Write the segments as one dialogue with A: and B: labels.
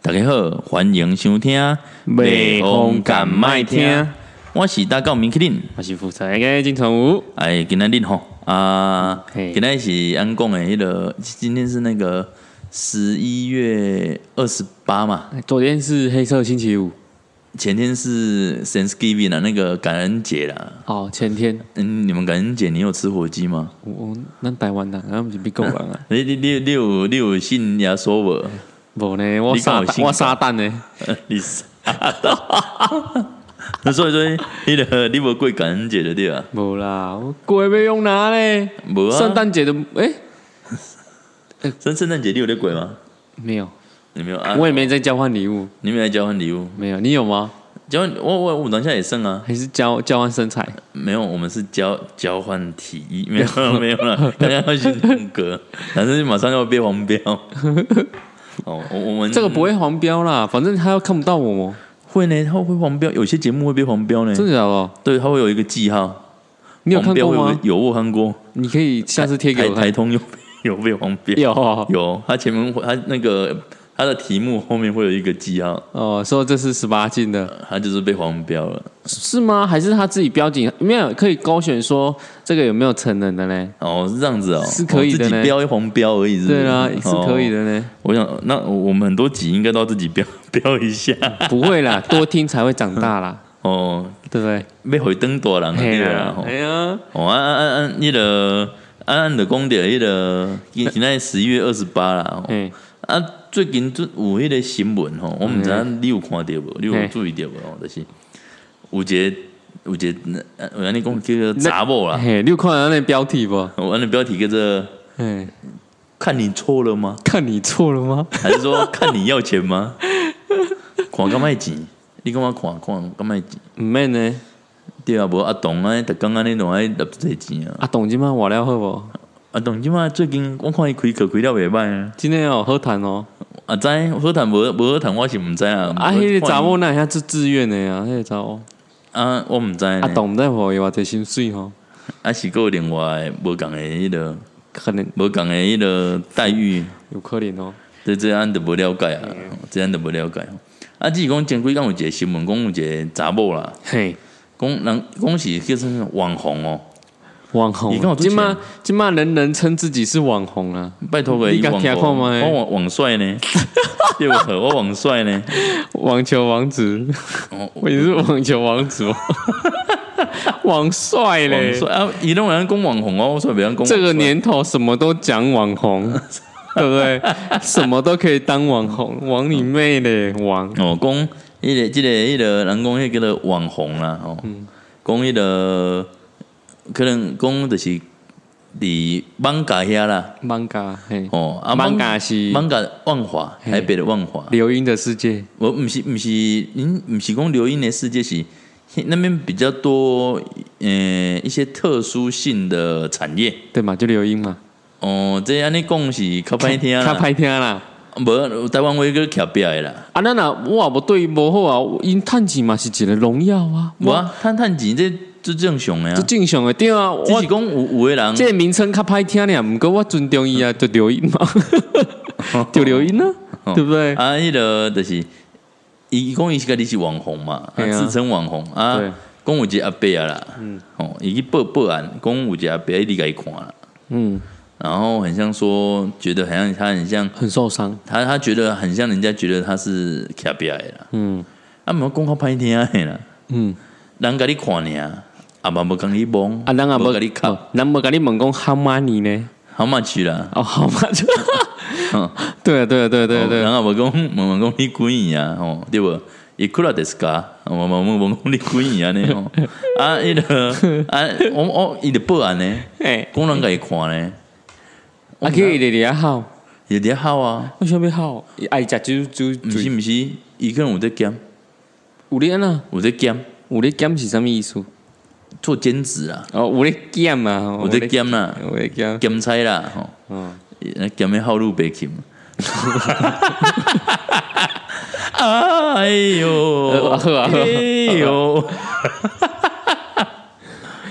A: 大家好，欢迎收听。
B: 袂风敢卖听，
A: 我是大高明克林。
B: 我是负责那个金城武，
A: 哎，今天恁吼啊，
B: 嘿
A: 今天是安讲的迄、个，今天是那个十一月二十八嘛，
B: 昨天是黑色星期五，
A: 前天是 Thanksgiving 啦，那个感恩节啦。
B: 哦，前天
A: 嗯，你们感恩节你有吃火鸡吗？
B: 我我咱台湾人，咱毋是美国人啊，
A: 你你你你有你有信耶稣无？
B: 无呢，
A: 你
B: 我
A: 跟
B: 撒
A: 我姓
B: 我撒旦呢，
A: 你傻那 所以说，你的你无过感恩节的对吧？
B: 无啦，我过要用哪呢？
A: 无啊
B: 圣诞节的诶，
A: 圣圣诞节你有在过吗？
B: 没有，
A: 你没有啊？
B: 我也没在交换礼物，
A: 你没有来交换礼物？
B: 没有，你有吗？
A: 交换我我我等一下也剩啊，
B: 还是交交换身材？
A: 没有，我们是交交换体衣，没 有没有了，大家要去弄格，反正马上要被黄 标。哦，我我们
B: 这个不会黄标啦，反正他又看不到我嘛，
A: 会呢，他会黄标，有些节目会被黄标呢
B: 真，的假的？
A: 对，他会有一个记号，
B: 你有看
A: 黄标
B: 过
A: 会有
B: 吗
A: 个？有我有看过，
B: 你可以下次贴给
A: 台
B: 我
A: 台
B: 看。
A: 通有有被黄标，
B: 有哦
A: 有，他前面会他那个他的题目后面会有一个记号，
B: 哦，说这是十八禁的。
A: 他就是被黄标了。
B: 是吗？还是他自己标警？没有可以勾选说这个有没有成人的呢？
A: 哦，是这样子哦，
B: 是可以的
A: 哦自己
B: 呢
A: 标一黄标而已是不是，
B: 对啦，是可以
A: 哦
B: 的呢。
A: 我想，那我们很多集应该都要自己标 标一下
B: 不会啦，多听才会长大啦，
A: 哦，
B: 哦 对不对？
A: 要回灯多人啊
B: 嘿
A: 对啦
B: 啦，
A: 吼
B: 哎呀，
A: 哦，按按按按，迄个啊按按的讲着迄个，今现在十一月二十八啦，吼
B: 哎，
A: 啊，最近就有迄个新闻吼，我毋知影你有看到无，你有
B: 嘿
A: 注意到无？吼就是有一个有一个，呃我安尼讲叫做查某啦，
B: 嘿，你有看到那标题不？
A: 我安尼标题叫做
B: 哎，
A: “看你错了吗？
B: 看你错了吗？
A: 还是说看你要钱吗？”看敢卖钱，你干嘛看看敢卖钱？
B: 唔免嗯呢，
A: 对啊，无阿董啊，逐工安尼拢爱入济钱啊。
B: 阿董今晚活了好不？
A: 阿董即摆最近我看伊开课开了袂歹啊。
B: 今天哦，好谈哦。
A: 啊知好谈无无好谈，我是毋知啊。
B: 啊，迄个查某那遐是自愿的呀，迄个查某。
A: 啊，我毋知呢
B: 阿董在乎伊话这心哦水吼，
A: 啊是还有另外的无共的迄落
B: 可能
A: 无共的迄落待遇，
B: 有可能哦。
A: 对这安就无了解啊，这安就无了解哦。啊，只是讲前几工有一个新闻，讲有一个查某啦，
B: 嘿，
A: 讲人讲是叫什么网红哦，
B: 网
A: 你看我
B: 红，啊
A: 之前
B: 今晚今晚人人称自己是网红啊。
A: 拜托个
B: 你
A: 伊
B: 敢
A: 网
B: 听看
A: 红，
B: 吗
A: 我网网帅呢， 对无？我网帅 呢，
B: 网球王子，
A: 哦
B: 我也是网球王子 哦，网帅
A: 网
B: 嘞！
A: 帅啊，伊拢有人讲网红哦，我说别人讲
B: 这个
A: 网帅
B: 年头什么都讲网红， 对不对？什么都可以当网红，网你妹嘞！网
A: 哦，讲迄、个、即、个、迄、个，人讲迄个叫做网红啦，吼、
B: 嗯
A: 讲迄、个可能讲就是伫网咖遐啦，
B: 漫画嘿，
A: 哦，啊
B: 网咖是
A: 网咖万华，台北的万华，
B: 流音的世界，
A: 我毋是毋是，恁毋是讲流音的世界是迄那边比较多，呃，一些特殊性的产业。
B: 对嘛？就流音嘛，
A: 哦，这安尼讲是较歹听
B: 他
A: 啦，
B: 拍啊听啦。
A: 无台湾话个徛壁的啦。
B: 啊，那那我也不对伊无好啊，我因趁钱嘛是一个荣耀啊，
A: 无啊，趁趁钱这这正常的啊
B: 这。正常的对啊。
A: 只
B: 我
A: 是讲有有的人，
B: 这个名称较歹听俩，毋过我尊重伊啊，就流音 嘛，就流音啊，对不对？
A: 啊，迄个就是伊讲伊是家己是网红嘛，啊
B: 嘿啊
A: 自称网红啊
B: 对，嗯
A: 讲有一个阿伯啊啦，哦，伊去报报案，讲有一个阿伯一直甲伊看啦，
B: 嗯，
A: 然后很像说，觉得很像他很像
B: 很受伤。
A: 他他觉得很像人家觉得他是卡比的啦，
B: 嗯
A: 啊，毋好讲较歹听的啦，
B: 嗯，
A: 人甲你看尔，啊嘛无甲你摸，
B: 啊，咱也无
A: 无甲你看，，
B: 咱无甲你问讲 how money 呢？
A: 好嘛去啦，
B: 哦，好嘛， 就
A: 嗯
B: 对啊，对啊，对啊，对啊，对
A: 人
B: 啊，
A: 啊无讲 问问讲你几年啊，吼，对无？伊库拉迪斯卡，问问问问讲你几年安尼吼，啊，迄个啊，我我伊就报案呢，
B: 哎，
A: 讲人甲伊看呢，
B: 啊，去伊里里好，
A: 伊伫好啊，
B: 为什么好？伊爱食酒酒
A: 毋是
B: 醉，
A: 毋是，伊可能有在减，
B: 有咧呐，
A: 有在减，
B: 有咧减是啥物意思？
A: 做兼职啦，
B: 哦，有咧减啊，
A: 有在减啦，
B: 有咧减，
A: 兼差啦，吼，
B: 嗯，
A: 减诶好路白琴。 哎呦，
B: 呃好啊好啊
A: 哎呦，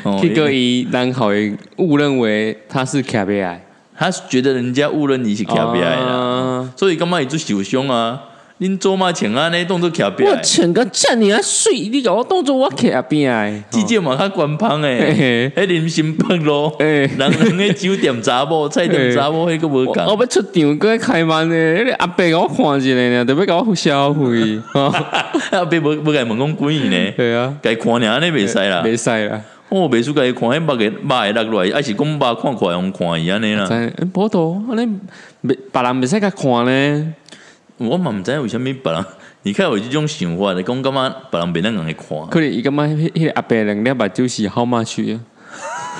A: 哦
B: 去过伊人互伊误认为他是卡贝埃， 아.
A: 他觉得人家误认你是卡比埃啦，
B: 啊，
A: 所以干嘛伊就受伤啊？恁做嘛穿安尼当做徛边
B: 我
A: 的，
B: 穿个遮尔啊水，你甲我当做我徛边诶。
A: 至少嘛较官方
B: 嘿
A: 诶，
B: 嘿
A: 迄林新北路，
B: 嘿
A: 人人迄酒店查某、菜店查某，迄个无
B: 哎我
A: 共。
B: 我要出场，搁开慢诶，迄个阿伯甲我看一下呢，特别甲我消费， 吼，
A: 啊，别无无甲伊问讲几年呢？
B: 对啊，
A: 该看尔安尼袂使啦，
B: 袂使啦，
A: 我袂输甲伊看迄目个目会落落来，还是讲目看看用看伊安尼啦。
B: 真普通，安尼别别人袂使甲看
A: 嗯
B: 呢，
A: 我嘛毋知为虾米别人，你看有即种想法的，讲感觉别人袂当人会看。
B: 可能伊感觉迄迄个阿伯能力目睭是好嘛去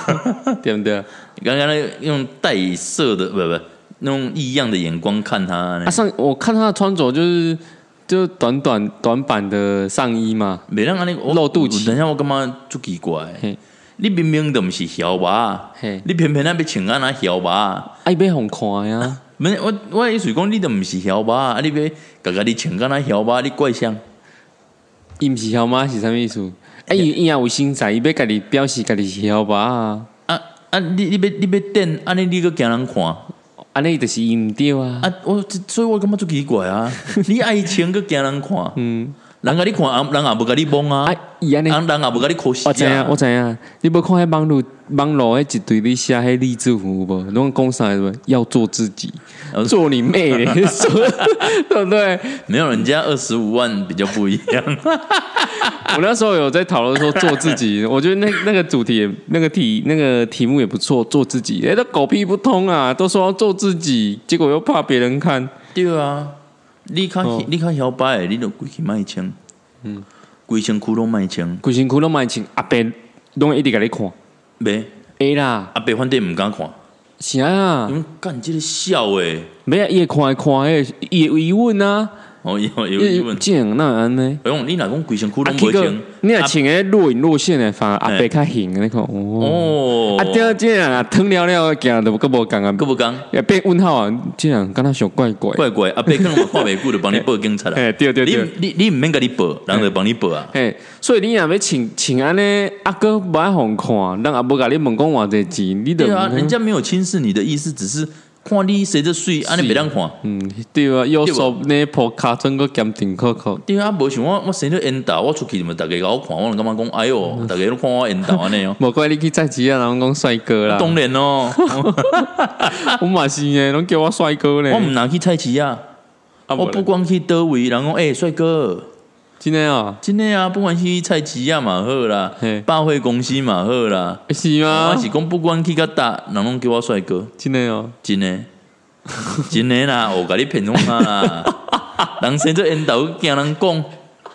B: 啊，对毋对？啊，
A: 刚刚那用带色的，不不，那种异样的眼光看他安尼，
B: 啊上我看他的穿着就是就短短短版的上衣嘛，
A: 袂当安尼我
B: 露肚脐
A: 等一下我感觉足奇怪
B: 嘿，
A: 你明明都毋是小娃
B: 嘿，
A: 你偏偏那要穿安那小娃。
B: 啊伊要互看呀，
A: 没，我我的意思讲，你都毋是小娃，啊，你要家家你穿敢若小娃，你怪啥？
B: 伊毋是晓妈是啥物意思？啊伊伊也有身材，伊要家己表示家己是晓妈啊。
A: 啊啊，你你要你要等，安尼你个惊人看。
B: 安尼就是伊毋对啊，
A: 啊，我这所以我感觉足奇怪 啊！你爱穿个惊人看，嗯，人甲你看，人人也无甲你摸啊
B: 啊，哦伊安尼，
A: 人人也无甲你可惜
B: 我知影，
A: 啊
B: 我。知影，你无看迄网络网络迄一堆你写迄励志符无？拢讲啥物？要做自己，做你妹咧， 做对不对？
A: 没有人家二十五万比较不一 样，
B: 我那时候有在讨论说做自 己，我觉得那那个主题也那个题那个题目也不错，做自己，哎、那狗屁不通啊！都说要做自己，结果又怕别人看，
A: 对啊。你较
B: 哦
A: 你较小白的，你就规去卖穿，嗯，规身躯拢卖穿，
B: 规身躯拢卖穿，阿伯拢会一直甲你看，
A: 袂
B: 会啦，
A: 啊，白反正毋敢看，
B: 是啊
A: 因，为干即个笑诶，
B: 没啊，伊会看会看，迄伊会有疑问啊。
A: 哦，有有疑问。
B: 见那安尼。
A: 不用，你若讲规身躯
B: 啊
A: 拢无穿，
B: 你若穿个若隐若现的，反而阿伯较型的那个。哦，
A: 哦
B: 啊，，对，这样啊，汤了了，行都个无共 啊
A: 佮，无讲
B: 也变问号啊，这样敢若小怪怪。
A: 怪怪，啊，白可能嘛看袂久就帮你报警察啦。
B: 哎，对对
A: 你
B: 对，
A: 你你毋免甲你报，人就帮你报啊。
B: 哎，所以你若要穿穿安尼，阿哥无爱互看，人阿无甲你问讲偌济钱，你都
A: 对啊，人家没有轻视你的意思，只是看你谁的水，安尼别当看。
B: 嗯，对啊，右手那破卡整个咸顶扣扣，。
A: 对啊，无像我我生了缘投，我出去你们大家甲我看，我就感觉讲，哎哟，大家都看我缘投安尼哦
B: 无怪你去再急啊，人讲帅哥啦，
A: 当然咯，
B: 我嘛是诶，拢叫我帅哥咧
A: 我，毋若去菜市啊，
B: 啊
A: 我不管去倒位，人讲诶，帅哥，
B: 真诶啊，
A: 真诶啊，不管去菜市啊嘛好啦
B: 嘿，啊
A: 百货公司嘛好啦，
B: 是
A: 我
B: 吗？
A: 是讲不管去甲搭，人拢叫我帅哥。
B: 真诶哦。
A: 真的， 真的 啦，我甲你骗弄啊啦，人生做缘投惊人讲，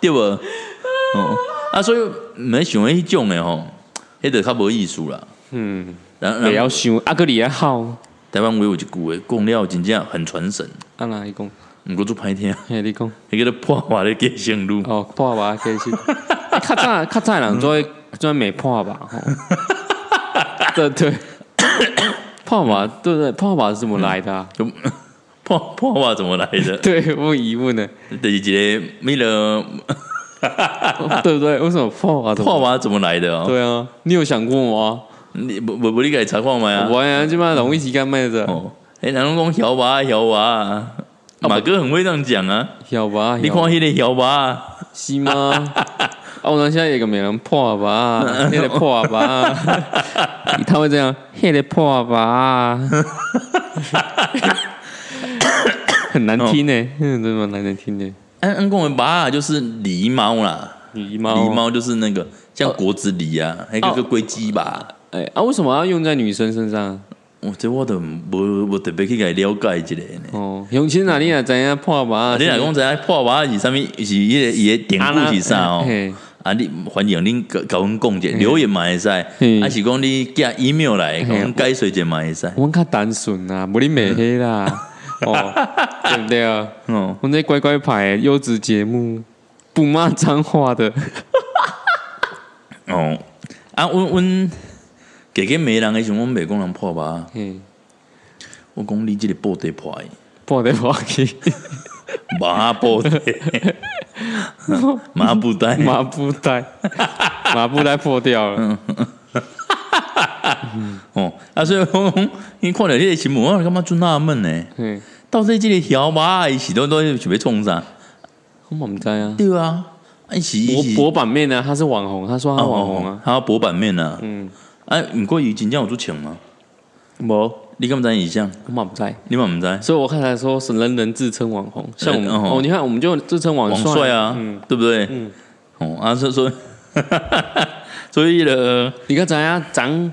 A: 对无？哦，啊，所以毋想迄种的吼，迄著较无意思啦。
B: 嗯，
A: 然
B: 袂
A: 然
B: 晓想，啊个你还好，
A: 台湾话有一句话讲了真正很传神，
B: 啊哪伊讲，
A: 毋过做歹听，
B: 嘿你讲，
A: 迄个破坏咧继承路。
B: 哦破吧继 续，啊较早较早的
A: 嗯
B: 人做做没破吧，吼，对 对，破吧对对破吧是怎么来的啊？
A: 就 破破话怎么来 的？
B: 对，我有疑问呢，
A: 就是一个那个
B: 对不对？为什么破吧？
A: 破，话怎么来的哦？
B: 对啊，你有想过吗？
A: 你无无无你家查看麦啊？
B: 我呀，即摆容易时间卖着，
A: 哦，哎，人拢讲小娃小娃，马哥很会这样讲啊。
B: 晓吧？
A: 你
B: 晓
A: 看迄个摇吧，
B: 是吗？啊，我们现在有个名人破 吧，迄个破吧，他会这样，迄个 破吧，很难听呢，嗯，真的蛮难听的。
A: 安安公的吧就是狸猫啦，
B: 狸猫，
A: 狸，猫就是那个像果子狸啊，还有个龟鸡吧。
B: 哎啊，为什么要用在女生身上？
A: 我这我都无无特别去给了解一下呢。
B: 哦，永清哪里也知影破吧？
A: 你若讲知影破娃是啥物，是迄个伊的典故是啥哦？
B: 嘿
A: 啊，你欢迎恁甲甲阮讲者，留言嘛会使，啊
B: 嗯
A: 还是讲你寄 email 来，甲阮解说者嘛会使。
B: 我们较单纯啊，无你美黑啦， 哦，对不对啊？
A: 哦，
B: 我们这乖乖牌优质节目，不骂脏话的，
A: 哦，啊，阮阮加加骂人诶时候，阮袂讲人破娃，
B: 嘿，
A: 我讲你即个布袋破的。
B: 破得破去。
A: 麻布袋， 麻布袋，
B: 麻布袋，麻布袋破掉了。
A: 哦，啊，所以我讲，你看了这个新闻，我感觉真纳闷呢，
B: 嗯，
A: 到底这个小麻的是到底是要创啥？
B: 我嘛唔知啊。
A: 对啊，啊伊是
B: 博
A: 伊是
B: 博版面呢、啊？他是网红，他说
A: 哦
B: 他网红啊，
A: 还有薄版面啊。嗯，啊，毋过伊真正有做穿吗？
B: 无、
A: 你敢毋知伊像？
B: 我嘛唔知。
A: 你嘛毋知？
B: 所以我看才说是人人自称网红，像我们
A: 嗯
B: 哦，你看我们就自称网
A: 王帅啊，对不对？嗯，哦，啊，所以所以 所以了，
B: 你敢知影咱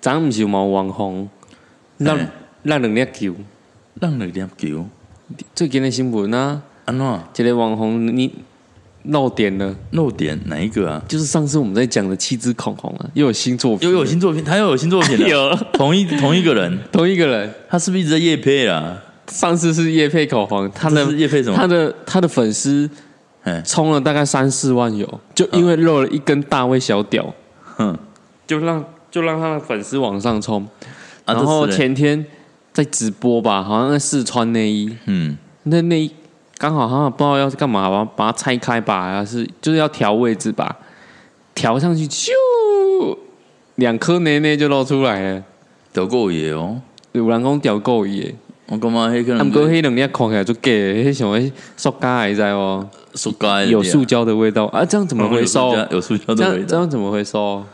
B: 咱毋是有嘛有网红，咱
A: 嘿
B: 咱两粒球，
A: 咱两点球
B: 最近的新闻啊，
A: 安怎
B: 一个网红你漏点了，
A: 漏点哪一个啊？
B: 就是上次我们在讲的七只恐龙啊，又有新作品，
A: 又有新作品，他又有新作品了，
B: 有
A: 同一同一个人，
B: 同一个人，
A: 他是不是一直在夜配啊？
B: 上次是叶配口红，他
A: 他
B: 的
A: 是夜配什
B: 他
A: 么？
B: 的他的粉丝
A: 哎，
B: 充了大概三四万有，就因为漏了一根大卫小屌，
A: 哼，
B: 就让就让他的粉丝往上冲。
A: 啊
B: 然后
A: 这是嘞
B: 前天在直播吧，好像在试穿内衣，
A: 嗯，
B: 那内衣刚好好像不知道要干嘛吧，把它拆开吧，还是就是要调位置吧，调上去咻，两颗内内就露出来了。
A: 德国也哦，
B: 有人讲屌够伊，
A: 我感觉黑个
B: 啊，
A: 人
B: 毋过迄两粒看起来就假的，迄像迄塑胶的，你知无？
A: 塑胶
B: 有塑胶的味道啊，这样怎么回收？
A: 哦有塑胶
B: 这
A: 的味
B: 样这
A: 道，
B: 样怎么回收？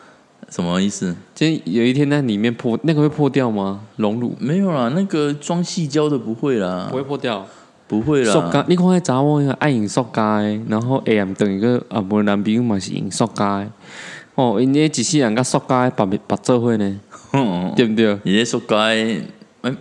A: 什么意思？
B: 今天有一天在里面破，那个会破掉吗？熔炉
A: 没有啦，那个装细胶的不会啦
B: 不，会破掉。
A: 不会
B: 塑
A: 啦，
B: 胶，你看迄查某爱用塑胶的，然后 AM 等于个啊，无男朋友嘛是用塑胶的。哦，因迄一世人甲塑胶的白白做伙呢，
A: 嗯
B: 对不对？
A: 你咧塑胶的，哎，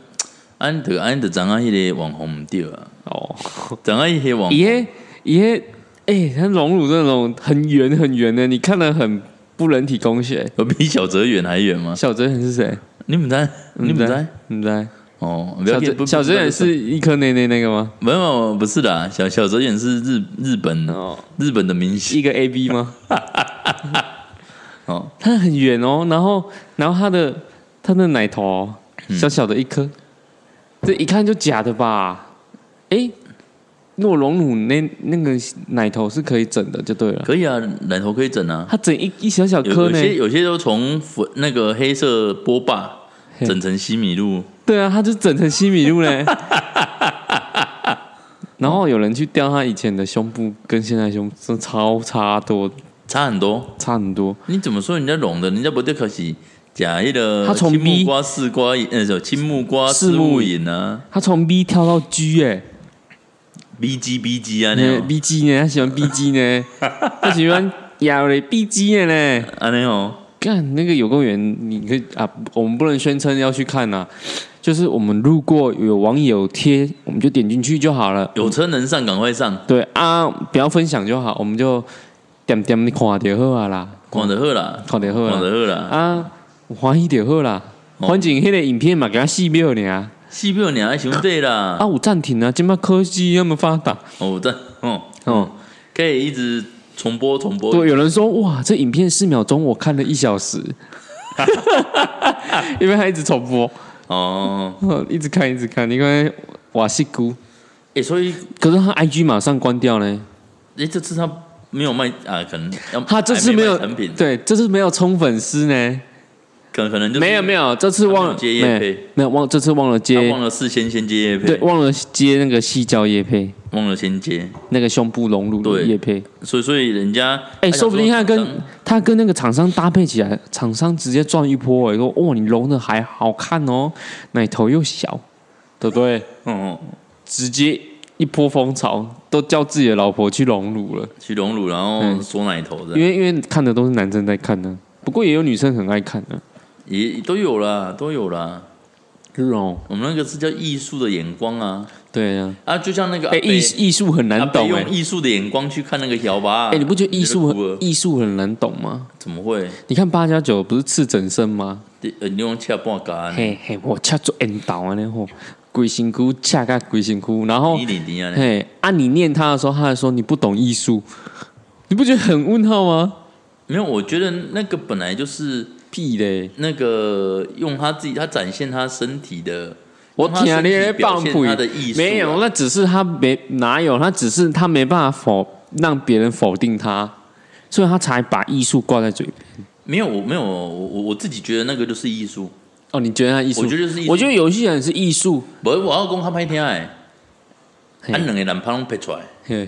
A: 安得安得，咱啊迄个网红毋对啊，
B: 哦，
A: 咱啊迄个网
B: 伊迄伊迄，哎，它熔炉那种很圆很圆的，你看了很不人体工学。
A: 有比小泽远还远吗？
B: 小哲远是谁？
A: 你毋知？你毋知？？
B: 唔知？
A: 哦，不要
B: 小
A: 给
B: 哲小哲远是一颗内内那个吗？
A: 没有不是的，小小泽远是日日本
B: 哦，
A: 日本的明星
B: 一个 A B 吗？
A: 哦，
B: 它很圆哦，然后然后它的它的奶头哦、
A: 嗯
B: 小小的一颗，这一看就假的吧？哎，诺龙乳那那个奶头是可以整的，就对了。
A: 可以啊，奶头可以整啊，
B: 它整一一小小
A: 有
B: 颗
A: 有
B: 呢，
A: 些有些都从粉那个黑色波霸整成西米露，
B: 对啊，它就整成西米露呢。 然后有人去调他以前的胸部跟现在胸部真的超差多，
A: 差很多。
B: 差很多。
A: 你怎么说人家拢的？人家不对可惜。假一的，
B: 他从
A: 青
B: B-
A: 木瓜丝瓜饮，呃，什么青木瓜丝
B: 四木
A: 木饮啊
B: 他从 B 跳到 G 哎、
A: ，B G B G 啊，那
B: 呢
A: 种
B: B G 呢，他喜欢 B G 呢，他喜欢亚嘞 B G 的呢。
A: 啊那种，
B: 干那个有公园，你可以啊，我们不能宣称要去看呐、就是我们路过有网友贴，我们就点进去就好了。
A: 有车能上赶快上，
B: 对啊，不要分享就好，我们就点点你看就好啊啦，
A: 广的喝啦，
B: 看就好
A: 广的
B: 啦
A: 喝啦，
B: 啊，欢喜就好啦。
A: 哦
B: 反正迄个影片嘛，给他四秒尔啊
A: 戏票你还兄弟啦
B: 啊，，有暂停啊，今麦科技那么发达
A: 哦，在哦，
B: 哦。
A: 可以一直重播重播，
B: 对，有人说哇，这影片四秒钟，我看了一小时， 因为他一直重播，
A: 哦，
B: 呃一直看，一直看。你看瓦西姑，
A: 哎、所以
B: 可是他 IG 马上关掉呢，
A: 哎、这次他没有卖啊，可能要
B: 他这次
A: 还
B: 没
A: 没
B: 有
A: 卖产品，
B: 对，这次没有冲粉丝呢，
A: 可可能就是
B: 没有没有，这次忘
A: 他
B: 了
A: 没有接业配
B: 没没有忘，这次忘了
A: 他
B: 接
A: 忘，了事先先接叶
B: 对，
A: 配，
B: 忘了接那个细胶叶配，
A: 忘了先接，
B: 那个胸部隆乳的
A: 对
B: 叶配，
A: 所以所以人家
B: 哎，
A: 他想
B: 说不定他
A: 厂
B: 跟
A: 商
B: 他跟那个厂商搭配起来，厂商直接赚一波哎，说哇，你隆的还好看哦，奶头又小，对不对？
A: 哦
B: 直接一波风潮，都叫自己的老婆去隆乳了，
A: 去隆乳，然后
B: 嗯
A: 缩奶头
B: 因
A: 的，
B: 为因为看的都是男生在看呢、不过也有女生很爱看的、
A: 也都有啦，都有啦。
B: 是哦，
A: 我们那个是叫艺术的眼光啊
B: 对啊，
A: 啊，就像那个
B: 哎、
A: 阿伯
B: 艺艺术很
A: 阿
B: 难
A: 伯
B: 懂哎、
A: 用艺术的眼光去看那个啊摇吧，
B: 哎、你不觉得艺
A: 你
B: 术
A: 就哭
B: 很
A: 了
B: 艺术很难懂吗？
A: 啊怎么会？
B: 你看八加九不是赤整身吗？
A: 你呃你用切半干，
B: 嘿嘿，我恰做 N 倒啊，那吼，鬼辛苦恰个鬼辛苦，然后
A: 你零零啊，
B: 嘿啊，你念他的时候，他还说你不懂艺术，你不觉得很问号吗？
A: 没有，我觉得那个本来就是
B: 屁嘞！
A: 那个用他自己，他展现他身体的，
B: 我
A: 用他
B: 听你
A: 身体
B: 在
A: 表
B: 放屁
A: 现他的艺，术啊，
B: 没有，那只是他没哪有，他只是他没办法否让别人否定他，所以他才把艺术挂在嘴边。
A: 没有，我没有，我我我自己觉得那个就是艺术，
B: 哦，你觉得他艺术？
A: 我觉得是艺术
B: 我觉得有些人是艺术，
A: 不，我要讲他拍天哎，
B: 嘿
A: 俺两个男胖拢拍出来，
B: 嘿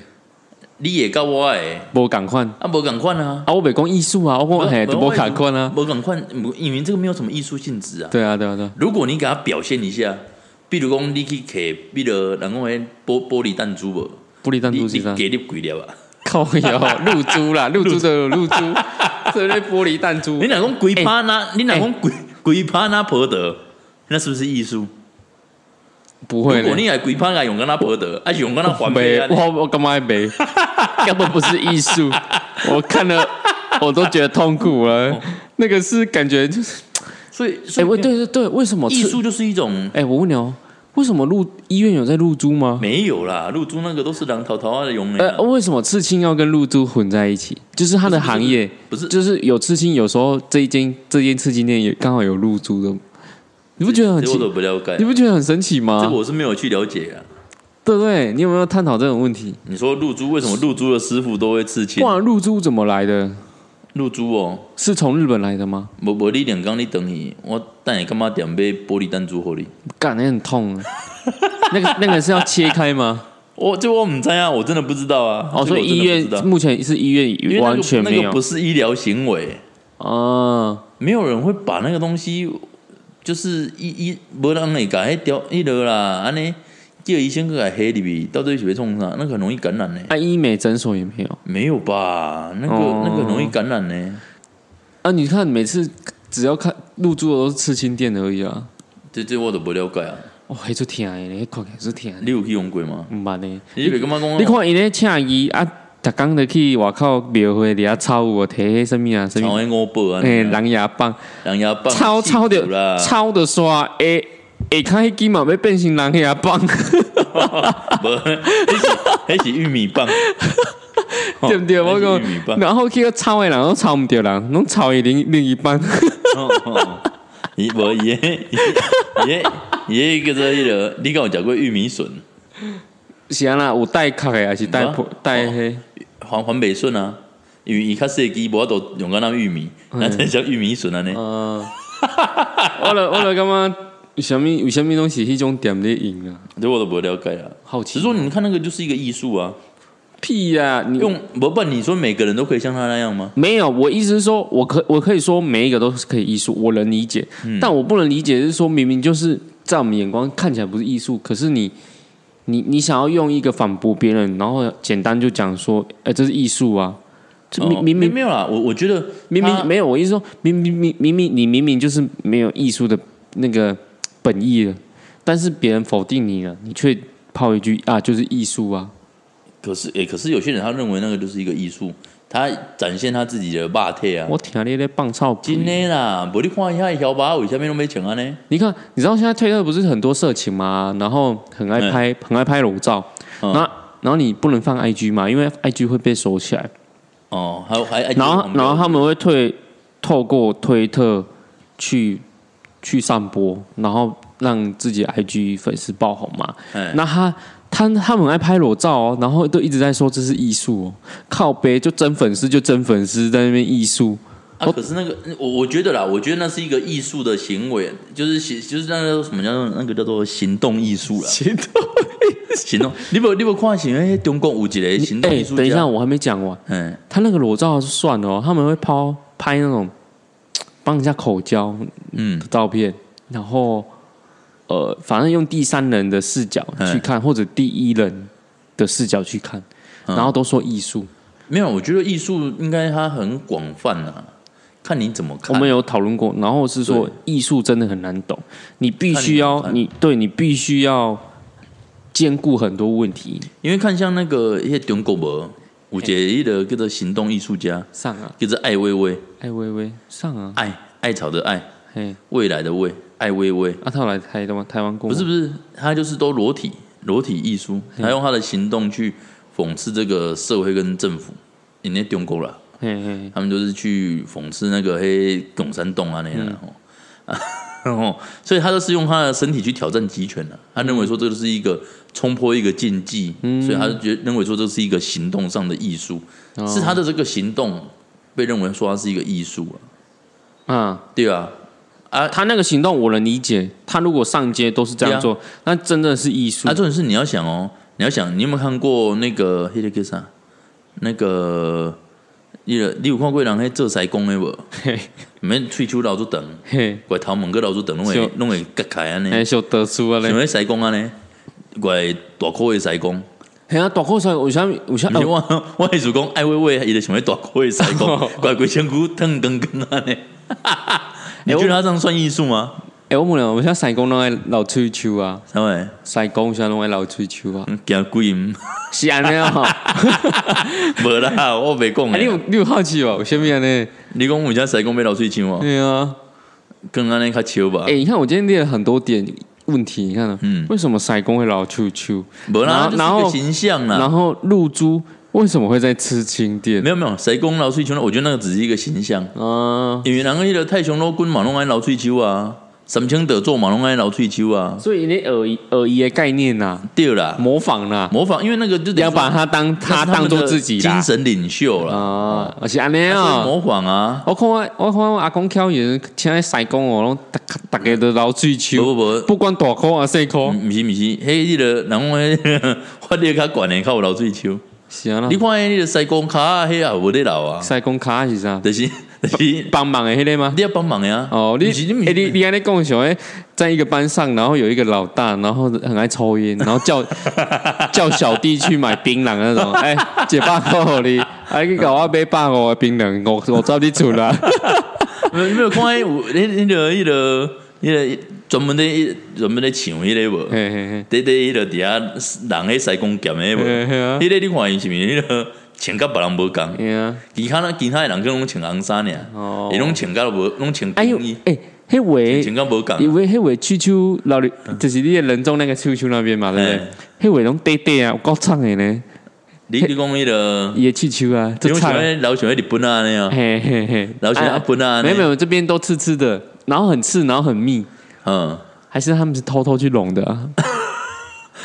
A: 你也甲我诶，
B: 无赶快啊！
A: 啊，无共款啊，
B: 我北讲艺术啊，我讲嘿都无赶快啊！
A: 无共款，因为这个没有什么艺术性质啊。
B: 对啊，对啊，对啊，
A: 如果你给他表现一下，比如讲你去摕，比如人讲迄玻玻璃弹珠无，
B: 玻璃弹
A: 你
B: 珠
A: 你
B: 是啥？
A: 给你几粒啊？
B: 靠腰露 珠啦，露珠的露珠，这类玻璃弹珠
A: 你。若讲鬼趴
B: 哎
A: 那，你若讲鬼鬼趴那婆得，那是不是艺术？
B: 不会
A: 如果
B: 嘞，
A: 你来鬼趴那用跟他婆得，啊是用跟他还
B: 没
A: 杯啊，
B: 我我干 嘛没？根本不是艺术，我看了我都觉得痛苦
A: 哦
B: 了。那个是感觉就是，
A: 所以所
B: 哎，
A: 以
B: 我对对对，为什么
A: 艺？术就是一种
B: 哎，我问你哦，为什么露医院有在露珠吗？
A: 没有啦，露珠那个都是人头头啊用的啦，
B: 呃，为什么刺青要跟露珠混在一起？就是它的行业，
A: 不是
B: 就是有刺青，有时候这一间这间刺青店也刚好有露珠的，你
A: 你
B: 不觉得很奇
A: 我？都不了解
B: 你，啊不觉得很神奇
A: 这个
B: 吗？
A: 我是没有去了解啊。
B: 对不对？你有没有探讨这种问题？
A: 你说露珠为什么露珠的师傅都会刺青
B: 不？然露珠怎么来的？
A: 露珠哦，
B: 是从日本来的吗？
A: 无无你两工你等伊，我等下干嘛点买玻璃弹珠互你？
B: 干，那很痛啊！ 那个那个是要切开吗？
A: 我这我唔知啊，我真的不知道啊。
B: 哦，
A: 这
B: 所
A: 个
B: 以医
A: 我真的不知
B: 院
A: 道
B: 目前是医
A: 因为
B: 院
A: 那个
B: 完全没
A: 那个
B: 有
A: 不是医疗行为，
B: 啊。
A: 没有人会把那个东西就是医医无人会甲迄条迄落啦，安尼叫医生去甲黑入去，到最后是被冲啥？那个很容易感染呢、
B: 那医美诊所也没有
A: 没有吧？那个、
B: 哦
A: 那个很容易感染呢、
B: 啊？你看每次只要看露珠的都是刺青店而已啊。
A: 这这我都不了解啊。
B: 哦，迄就疼的咧，迄看起来就疼的，
A: 你有去用过吗？
B: 毋捌咧。
A: 你别跟我讲，啊
B: 你看伊咧请伊啊，逐工就去外口庙会里遐啊抄有无摕迄什物啊，什
A: 炒
B: 物
A: 迄五宝啊，
B: 诶狼牙棒，
A: 人家棒
B: 抄抄
A: 屁股啦
B: 着，抄着刷诶。下骹迄支嘛要变成狼牙棒，
A: 无，迄是迄是玉米棒，
B: 对不对？我
A: 那是玉米棒
B: 讲，然后去个抄的人，拢抄毋着人，拢抄伊另另一半。
A: 哦 哦伊无伊耶伊伊叫做迄个，你敢有食过玉米笋？
B: 是安啦，有带壳的，还是带
A: 有啊
B: 破带迄？
A: 环环北笋啊，因为伊较细枝，无法度用到那玉米，那才叫玉米笋安啊尼。
B: 嗯，哦我了我了，感觉有啥物有啥物拢是迄种店咧用啊？
A: 这我都不了解啊。
B: 好
A: 只
B: 奇
A: 是说你们看那个就是一个艺术啊，
B: 屁呀！你
A: 用不不，你说每个人都可以像他那样吗？
B: 没有，我意思是说，我可我可以说每一个都是可以艺术，我能理解，
A: 嗯
B: 但我不能理解是说，明明就是在我们眼光看起来不是艺术，可是你你你想要用一个反驳别人，然后简单就讲说，哎、这是艺术啊，这明
A: 哦
B: 明明
A: 没有啦，我我觉得
B: 明
A: 他
B: 明没有，我意思说，明明明明明你明明就是没有艺术的那个本意了，但是别人否定你了，你却抛一句啊，就是艺术啊，
A: 可是诶、可是有些人他认为那个就是一个艺术，他展现他自己的霸体啊。
B: 我听你在棒操，
A: 真的啦，无你看一下小巴为啥物拢没穿啊安尼？
B: 你看，你知道现在推特不是很多色情吗？然后很爱拍，很爱拍裸照。
A: 哎嗯
B: 那、然后你不能放 IG 嘛，因为 IG 会被收起来。
A: 哦，还有还还
B: 然后然后他们会退，透过推特去去散播，然后让自己的 IG 粉丝爆红嘛。
A: 哎
B: 那他他他们很爱拍裸照哦，然后都一直在说这是艺术哦，靠背就真粉丝就真粉丝在那边艺术。
A: 啊，可是那个我我觉得啦，我觉得那是一个艺术的行为，就是行就是那个什么叫做那个叫做行动艺术啦，
B: 行动
A: 行动。你无你无看行诶，中国有一个行动
B: 哎
A: 艺，术
B: 等一下，
A: 家，
B: 我还没讲完。
A: 嗯，
B: 他那个裸照就算了、哦，他们会抛拍那种帮人家口交
A: 嗯
B: 的照片，然后呃，反正用第三人的视角去看，或者第一人的视角去看，
A: 嗯
B: 然后都说艺术。
A: 没有，我觉得艺术应该它很广泛啊，看你怎么
B: 我
A: 看。
B: 们有讨论过，然后是说
A: 对
B: 艺术真的很难懂，你必须要
A: 看你
B: 你对你必须要兼顾很多问题
A: 因为看像那个一些中国无，有一个那个叫做行动艺术家，
B: 上啊，
A: 叫做艾薇薇，
B: 哎喂喂上啊，
A: 艾艾草的艾，
B: 嘿，
A: 未来的未，艾薇薇。
B: 阿、啊、他有来台湾台湾过
A: 不
B: 吗
A: 是不是，他就是都裸体，裸体艺术，他用他的行动去讽刺这个社会跟政府。人家中国啦，
B: 嘿嘿，
A: 他们就是去讽刺那个黑拱山洞啊那样的吼， 然后所以他就是用他的身体去挑战集权的、啊他认为说这是一个冲破一个禁忌，所以他就觉认为说这是一个行动上的艺术，是他的这个行动被认为说他是一个艺术啊，
B: 啊。
A: 对啊，
B: 他那个行动我能理解，他如果上街都是这样做，那真的是艺术
A: 啊啊，。重点是你要想哦，你要想，你有没有看过那个黑的叫啥？那个，你有你有看过人迄做西工的无？
B: 嘿
A: 免喙手留足长，
B: 嘿，
A: 怪头毛个留足长，拢
B: 是哦
A: 会拢会割开安尼。
B: 哎，小特殊啊
A: 像
B: 嘞，
A: 迄西工安尼，怪大块的西工。
B: 嘿啊，大裤衫有啥有啥
A: 毋是？我我意思讲，爱喂喂，伊就想要大块的西
B: 哦
A: 工，怪规身躯烫光光安尼。啊 你觉得他这样算艺术吗？
B: 哎，我问了，我现在三公拢爱老吹球啊，
A: 啥物？
B: 三公现在拢爱老吹球啊，
A: 嗯惊鬼音，
B: 是安尼啊？
A: 无啦，我袂讲
B: 哎，你有
A: 诶。
B: 你有好奇哦？有啥物安尼？
A: 你讲有遮西工要流水枪哦，
B: 对啊，
A: 更安尼较笑吧
B: 哎、？你看我今天列了很多点问题，你看呢？
A: 嗯
B: 为什么塞公会老出出？
A: 无啦，
B: 然后
A: 就是一个形象啦
B: 然。后露珠为什么会在吃青店？
A: 没有没有，谁讲流水枪？我觉得那个只是一个形象，
B: 啊，
A: 因为人个迄个太雄都滚马拢爱流水手啊，三清得做马拢爱流水手啊，
B: 所以你耳移耳移的概念呐、
A: 对啦，
B: 模仿呐、
A: 模仿，因为那个就等于
B: 你要
A: 说
B: 把它当他当做自己
A: 那是他
B: 啦
A: 们的精神领袖啦，
B: 啊，而且安尼
A: 所以
B: 啊。
A: 模仿啊，
B: 我看我，我看我阿公挑人，请在西公哦，拢大大家都老追
A: 不
B: 求，
A: 不不，
B: 不管大箍啊细箍，
A: 毋是毋是，嘿，迄个人讲迄个 发力较悬的较有流水手，
B: 是啊啦
A: 你。看迄个西公卡，迄也有咧流啊，
B: 西公卡是啥？
A: 就是就是
B: 帮忙的迄个吗？
A: 你要帮忙呀，
B: 哦，你
A: 不是你
B: 哎、你你安尼讲想诶，在一个班上，然后有一个老大，然后很爱抽烟，然后叫叫小弟去买槟榔那种，哎、姐爸告你，哎，你搞我买百五的槟榔，我我走你厝啦，
A: 没有没有看迄有迄迄个迄个迄个专门咧专门咧抢迄个无。
B: 嘿嘿嘿，
A: 伫伫迄落伫遐人迄西公剑诶无，
B: 嘿嘿啊
A: 迄个你看伊是毋是迄落穿甲别人无共，
B: 对啊，
A: 其他人其他的人可能拢穿红衫尔
B: 哦，
A: 伊拢穿甲无拢穿
B: 哎呦
A: 军衣，，
B: 哎、迄
A: 穿
B: 位，
A: 甲无
B: 因
A: 共，
B: 为迄位去丘老李，就是你的人中那个去丘那边嘛，对不对
A: 嗯哎？
B: 迄位拢短短啊，有够长的呢，
A: 你你讲迄落，
B: 伊的去丘啊，
A: 你
B: 就
A: 讲
B: 长
A: 像，迄老像迄日本啊那样，
B: 嘿嘿嘿，
A: 老像阿本啊那
B: 没有没
A: 样，
B: 有，这边都刺刺的，然后很刺，然后很密。
A: 嗯，
B: 还是他们是偷偷去拢 的、啊？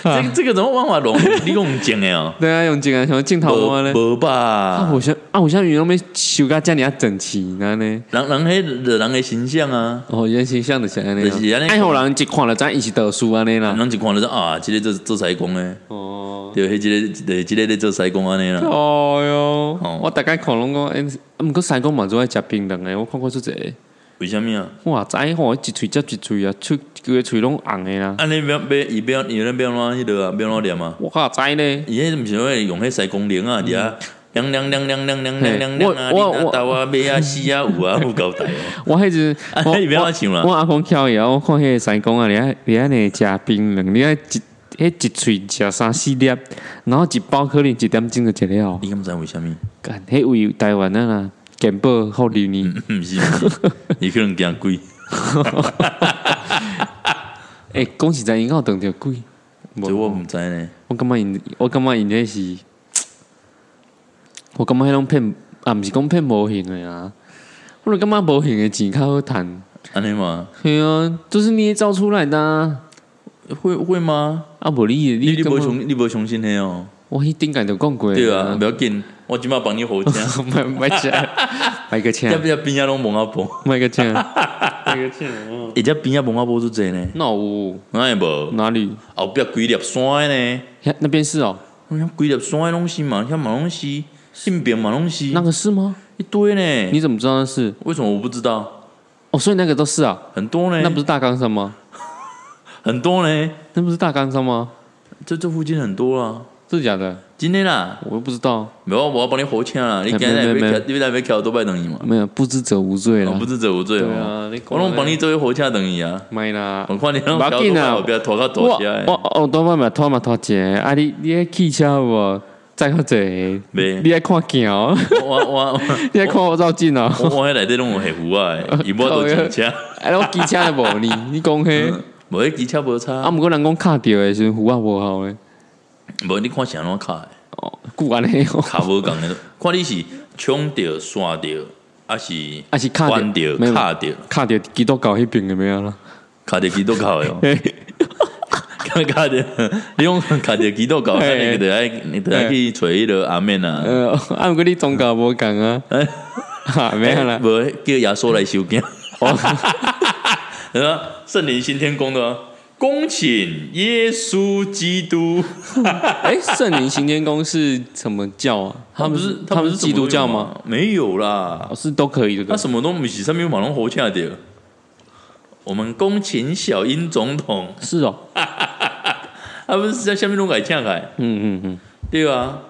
A: 这个这个怎么办法弄？你讲唔正诶哦，
B: 对啊，用进来什么镜头啊呢？
A: 无无
B: 啊，
A: 吧
B: 我？像啊，我像云龙没修个家里要整齐呢呢。
A: 人人迄就人诶形象啊，
B: 哦，原形象就是安尼
A: 就是这
B: 啊，
A: 样
B: 爱好人一看了，咱一起读书安尼啦。
A: 人一看就说啊，即个做做西工诶，
B: 哦，
A: 对，迄即个对，即个咧做西工安尼啦。
B: 哦哟
A: 哦，
B: 我大概看拢讲，哎，毋过三公嘛做爱食槟榔诶，我看过出者，
A: 为什么啊？
B: 哇，知吼，一喙接一喙啊，喙规个喙拢红诶啦。
A: 安尼不要不要伊不要伊那不要乱迄落啊，不要乱念啊。
B: 我靠，知咧，
A: 伊迄毋是会用迄西公铃啊，伫遐亮亮亮亮亮亮亮亮亮啊，
B: 嗯我我
A: 你
B: 我
A: 阿豆啊，马啊，死啊，有 啊，有够大啊。
B: 我迄时
A: 啊，
B: 我
A: 你不要乱想
B: 我
A: 啦。
B: 阿公翘伊啊，我看迄个三公啊，你爱你爱呢食槟榔，你爱一迄一喙食三四粒，然后一包可能一点钟就食了。
A: 你敢知为虾米？
B: 干，迄位台湾啊啦，健保福利呢？
A: 毋是， 不是伊可能惊鬼。
B: 诶、讲实在，因有当着鬼， 뭐,
A: 这我毋知呢。
B: 我感觉因，我感觉因迄是，我感觉迄种骗，啊，毋是讲骗无形的啊，我就感觉无形的钱较好趁。
A: 安尼嘛，
B: 嘿啊，就是捏造出来的啊，
A: 会会吗？
B: 啊无你
A: 你你
B: 根
A: 无
B: 本
A: 相你无相信迄哦？
B: 我迄顶间就讲过了，
A: 对 啊，不要紧，我即摆帮你好 听。
B: 买买起来，买个
A: 要
B: 钱，
A: 不要边仔啊拢蒙阿婆？
B: 买个钱，
A: 伊只边仔蒙阿婆做济呢？
B: 那我
A: 哪会无？
B: 哪里？
A: 后壁几粒山的呢？
B: 呀那边是哦，
A: 我想规粒山的拢是嘛，像马拢是，性别马拢是，
B: 那个是吗？
A: 一堆呢。
B: 你怎么知道那是？
A: 为什么我不知道？
B: 哦，所以那个都是啊，
A: 很多呢，
B: 那不是大冈山吗？
A: 很多呢，
B: 那不是大冈山吗？
A: 这这附近很多啊。
B: 是假的？
A: 今天啦，
B: 我又不知道，
A: 没有，我要帮你火枪啦。你刚才
B: 没没
A: 被你被被敲多拜等你嘛？
B: 没有，不知者无罪
A: 我
B: 了
A: 不。知者无罪
B: 对
A: 哦。
B: 啊，你
A: 我拢帮你做火枪等你啊。
B: 买啦。
A: 我看你拢
B: 不要
A: 敲
B: 紧
A: 多
B: 啊
A: 拜，不要拖到
B: 我
A: 大家的。
B: 我我多买买拖嘛拖姐，啊你你那汽车有无？载较济，
A: 没
B: 你爱看镜哦，
A: 我我我
B: 你爱看我照镜哦。
A: 我我迄内底拢有黑胡啊，伊无都骑车，
B: 哎，我嗯机车都无呢，你讲嘿？
A: 无迄机车无
B: 啊，
A: 差。
B: 毋过人讲卡着的时阵，胡啊无效的，
A: 无你看谁拢卡的，
B: 哦，固安尼哦，
A: 卡无共的， 看你是冲着、刷着，还是
B: 啊是卡
A: 关
B: 着，
A: 着、
B: 没有
A: 卡着。
B: 卡着基督教迄边的没有啦。
A: 卡着基督教 的哦，
B: 嘿
A: 卡卡着，你用卡着基督教，
B: 嘿
A: 你得爱你得爱去找迄个阿面啊，
B: 呃，啊，毋过你宗教无共啊， 哈，没有啦，
A: 啊无叫耶稣来收惊。哦，圣灵新天宫的哦，恭请耶稣基督。
B: 哎，圣灵行天宫是什么教啊？他们是
A: 他
B: 他
A: 们
B: 们是基督教吗？？
A: 没有啦
B: 哦，，是都可以的。
A: 他
B: 对不对
A: 什么都没是，上面马龙活下的。我们恭请小英总统，
B: 是哦，
A: 他不是在下面弄改请改，
B: 嗯嗯嗯，
A: 对啊。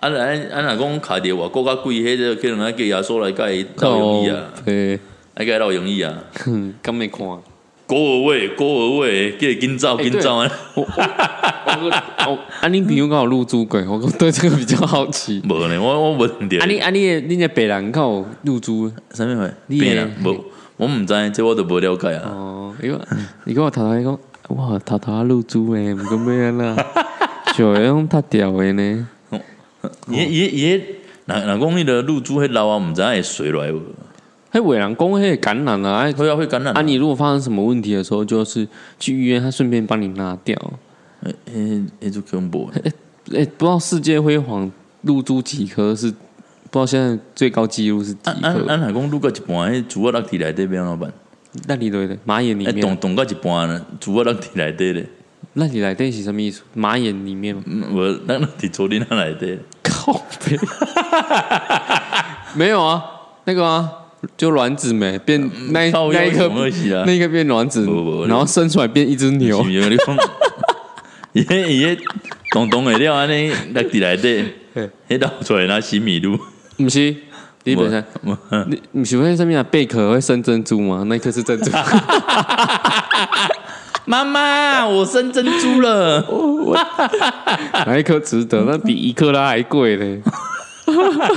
A: 啊，咱咱若讲卡着外国较贵，迄个可能爱叫耶稣来甲伊斗容易
B: 哦
A: 啊，
B: 对，
A: 来甲伊斗容易啊。
B: 哼 刚没看。啊我
A: 高二位，高二位，叫伊紧走，
B: 哎
A: 紧走啊！
B: 哦，安妮比如刚好入猪鬼，我对这个比较好 奇。
A: 无呢，我我无问着
B: 安。妮安妮的，啊你的北兰靠入猪
A: 啥物货？
B: 你
A: 变啦
B: 的，
A: 无，我毋知，这我都无了解啊。
B: 哦，因为你跟我偷偷讲，哇，偷偷入猪诶，唔过咩啦， 就会用太屌的呢。
A: 伊伊伊，若若讲迄个露珠迄老啊，毋知影会水落来无？
B: 嘿，伟人公嘿感染了、啊，
A: 会啊，会感染
B: 啊，你如果发生什么问题的时候，就是去医院，他顺便帮你拿掉。
A: 迄迄就哎恐怖啊的。
B: 哎、不知道世界辉煌入珠几颗是，不知道现在最高纪录是几
A: 啊啊
B: 颗？
A: 啊！若讲露到一半，迄竹啊落地内底要安怎么办？
B: 那里来的马眼里
A: 哎，冻
B: 面，
A: 冻到一半呢，竹啊落地内底咧，
B: 那里来的是什么意思？马眼里面吗？
A: 嗯无咱落伫竹林内底。
B: 靠背， 没有啊，那个啊，就卵子没变
A: 呃
B: 那一
A: 靠腰
B: 那一颗
A: 什么东西啊
B: 那一个变卵子
A: 不不不，
B: 然后生出来变一只牛
A: 是，毋是？你 讲，伊迄伊迄冻冻会了安尼落地内底
B: 嘿，
A: 迄流出来那洗米露。
B: 不是？你本身
A: 无
B: 你你喜欢上面的贝壳会生珍珠吗？那一颗 是珍珠。
A: 妈妈，我生珍珠 了。
B: 哪一颗值得？那比一克拉还贵嘞，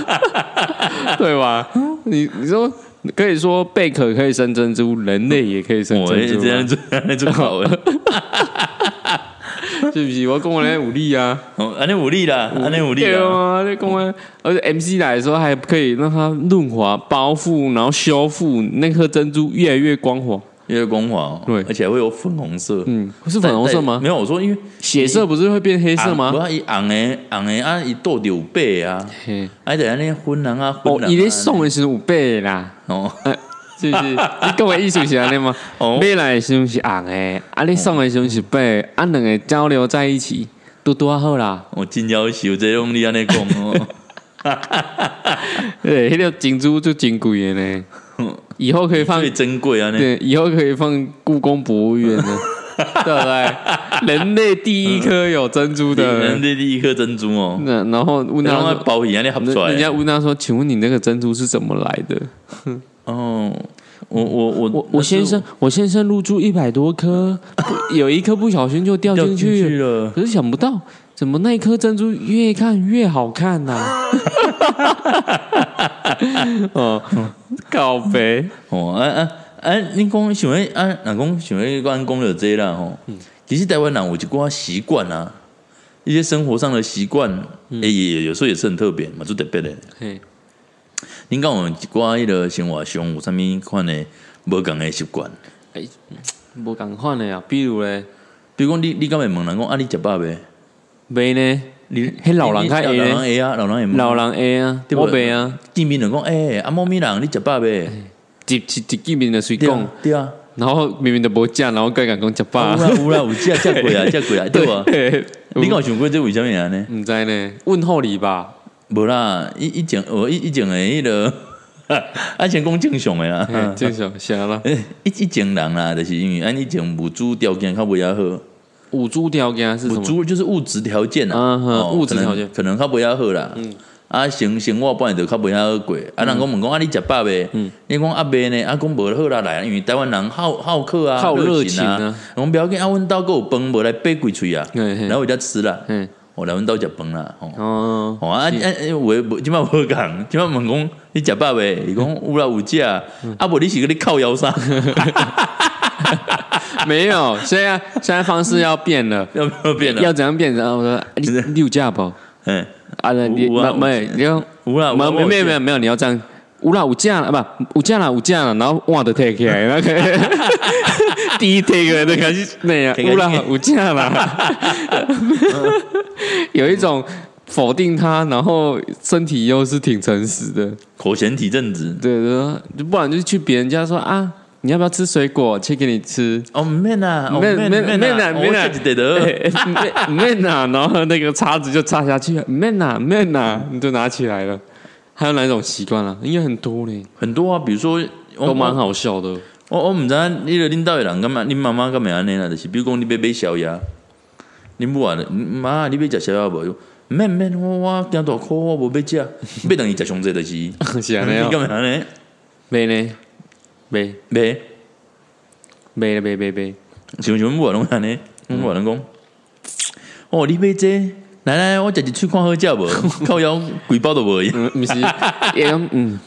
B: 对吧？你你说可以说贝壳可以生珍珠，人类也可以生
A: 我
B: 珍珠啊
A: 这样
B: 吗，
A: 做，这样做好 诶。
B: 是不是？我讲我来武力啊，
A: 哦，安尼有力啦，安尼有力
B: 对
A: 啦。
B: 啊，你讲啊，而且 MC 来的时候还可以让它润滑、包覆，然后修复那颗珍珠越来越光滑。
A: 因为光滑哦，
B: 对
A: 而且还会有粉红色。
B: 嗯，是粉红色
A: 但
B: 吗
A: 没？有，我说因为
B: 血色啊不是会变黑色
A: 红不
B: 吗？
A: 啊是伊红诶，红诶啊，伊倒着有白的啊，
B: 嘿
A: 啊就安尼粉人啊，粉
B: 哦，
A: 人啊。
B: 伊咧送的是五倍啦。
A: 哦，
B: 哎是不 是？你跟我意思是安尼吗？
A: 哦
B: 买来的时候是红的，啊，你送的时候是白的，啊，两个交流在一起，都多好啦。
A: 我哦真要求这种你安尼讲哦，
B: 对，迄个珍珠就真贵的 呢，以后可以放
A: 最珍贵啊安尼。
B: 对，以后可以放故宫博物院呢，对不对？人类第一颗有珍珠的
A: 人，这第一颗珍珠哦，
B: 那然后问
A: 然
B: 他
A: 后
B: 说，
A: 包皮安尼合出来
B: 人家。问他说，请问你那个珍珠是怎么来的？
A: 哦，我我我
B: 我我先生，我先生入住一百多颗， 不有一颗不小心就掉
A: 掉
B: 进
A: 进
B: 去了
A: 去。了，
B: 可是想不到，怎么那一颗珍珠越看越好看啊呐、 哦，告白，
A: 哦，啊啊啊！恁讲想要啊，若讲想要讲讲着这啦吼。
B: 嗯
A: 其实台湾人有一寡习惯啊，一些生活上的习惯，
B: 嗯
A: 诶、也有时候也是很特别嘛，就特别的。
B: 嘿，
A: 恁讲有一寡迄个生活上有啥物款的无共的习惯，
B: 哎无共款的啊，比如咧，
A: 比如讲你你敢会问人讲啊，你食饱未？
B: 袂呢，
A: 你
B: 迄老人
A: 你
B: 较会
A: 老人会啊，老人会问
B: 老人会啊，
A: 对不
B: 我袂啊，
A: 见面就讲，诶、啊，猫咪人你食饱未？
B: 一一一见面就随
A: 对
B: 讲啊
A: 啊，，对啊，
B: 然后明明都无食，然后该敢讲食
A: 有
B: 饱，
A: 啦有啦，有食食过 啊，食过啊，对啊。
B: 嘿
A: 你敢有想过这为什么安尼？
B: 毋知呢，问候你吧，
A: 无啦，以以前哦我以以前的迄、个， 啊先讲正常的
B: 嘿
A: 啦。
B: 正常啥啦，
A: 诶， 以以前人啦，就是因为按啊以前物质条件较袂遐好，
B: 五猪条件是什
A: 物
B: 么？
A: 质就是物质条件啦，
B: 嗯哼
A: 哦
B: 物质条件嗯
A: 可能可能较袂遐好啦。啊，生生活本来就较袂遐好过，啊，人讲问讲啊，你食饱未？
B: 嗯
A: 你讲啊袂呢，啊讲无好啦来，因为台湾人好好客啊，
B: 好热情啊
A: 啊，讲不要紧，啊，阮兜够有饭无来掰几喙啊，
B: 嘿嘿
A: 然后有才吃啦，
B: 嗯，
A: 我来阮兜食饭啦，吼。
B: 哦，
A: 哦啊啊！啊我无即摆无讲，即摆问讲你食饱未？伊讲有啦有食，啊
B: 嗯
A: 无你是跟你靠腰 啥？
B: 没有，现在现 在方 式要变了。
A: 要不要变
B: 要
A: 啦？
B: 怎样变成？啊我说啊你
A: 是
B: 你有价不？
A: 嗯，
B: 啊，你
A: 有啊
B: 没没
A: 有
B: 你讲
A: 有啦，
B: 没
A: 我
B: 没没有没有没有，你要这样。有啦有价啦，啊不有价啦有价啦，然后哇的 take 起来，那个第一 take 的那个是那样，
A: 起来
B: 有啦有价啦，有一种否定他，然后身体又是挺诚实的，
A: 口嫌体正直，
B: 对对，就不然就去别人家说啊，你要不要吃水果？切给你吃。
A: 哦，免啦，哦
B: 没
A: 免
B: 没
A: 免
B: 没
A: 啦，
B: 啦
A: 我
B: 没啦
A: 吃一块就好
B: 没没拿，然后那个叉子就插下去，没拿没拿，你就拿起来了。还有哪一种习惯啊？应该很多嘞，
A: 很多啊，比如说我
B: 都蛮好笑的。
A: 我我毋知影你著恁兜诶人感觉恁妈妈敢会安尼啦，就是比如讲你要买宵夜，恁母啊，妈，你要食宵夜无？毋免毋免，我我惊大苦，我无要食，要等伊食上济著是。嗯你
B: 是安尼
A: 敢
B: 哦，
A: 会安尼？
B: 没呢，没
A: 袂，
B: 没了没没没，
A: 像像母啊拢安尼，
B: 嗯
A: 阮母啊拢讲，哦，你买这个来来，我食一喙看好 食无？靠腰规包都无去，
B: 嗯，不是， 也讲嗯，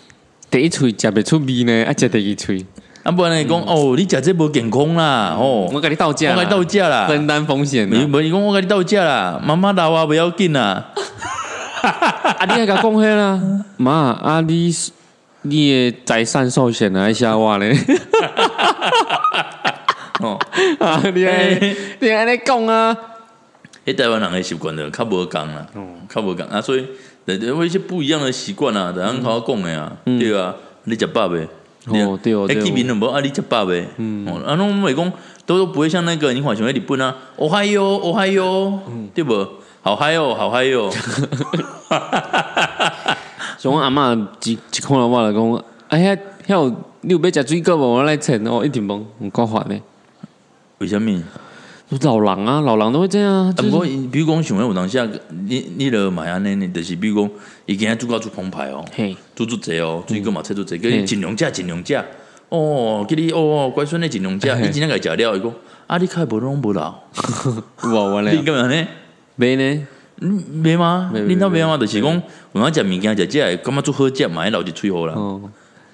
B: 第一喙食不出味呢，啊，食第二喙，
A: 啊，不然伊讲哦，你食这无健康啦，哦，
B: 我
A: 我
B: 跟你道歉啊，
A: 甲你斗食啦，
B: 分担风险
A: 没
B: 啊。
A: 没伊讲我甲你斗食啦，妈妈老啊不要紧啦。
B: 啊，你还甲讲迄啦？ 妈，啊你你的财产寿险啊，写我咧。
A: 哦
B: 啊，你安你安尼讲啊？
A: 迄台湾人的习惯就较无共啦，
B: 哦
A: 较无共啊，所以就就有一些不一样的习惯啊，就通好讲的啊，对啊，你食饱未？
B: 嗯哦对哦对哦
A: 迄居民就无啊，你食饱未？嗯，啊，拢袂讲，都都不会像那个你看像迄日本啊，哦嗨哟，哦嗨哟，
B: 嗯
A: 对无？好嗨哦，好嗨 哟，
B: 像我阿嬷一一看到我就讲，哎呀，遐有你有要食水果无？我来称哦，一定问，唔够烦的。
A: 为什么？
B: 老人啊，老人都会这样
A: 啊，
B: 啊。就
A: 不
B: 是
A: 过伊比如讲像迄有当时啊，你你著买安尼呢，就是比如讲，伊今仔煮到煮澎湃哦。
B: 嘿，
A: 煮足济哦，水果嘛切足济，叫
B: 嗯嘿
A: 伊尽量食，尽量食。哦，叫你哦，乖孙的尽量食，
B: 嘿
A: 伊真正家食了，伊讲啊，你开无拢无老，
B: 有啊，我
A: 你
B: 咧，
A: 干嘛呢？
B: 没呢？
A: 嗯，袂吗？
B: 袂
A: 恁
B: 袂
A: 兜袂吗？就是讲，有通食物件食食，感觉足好食，嘛，会留一喙好啦。
B: 哦，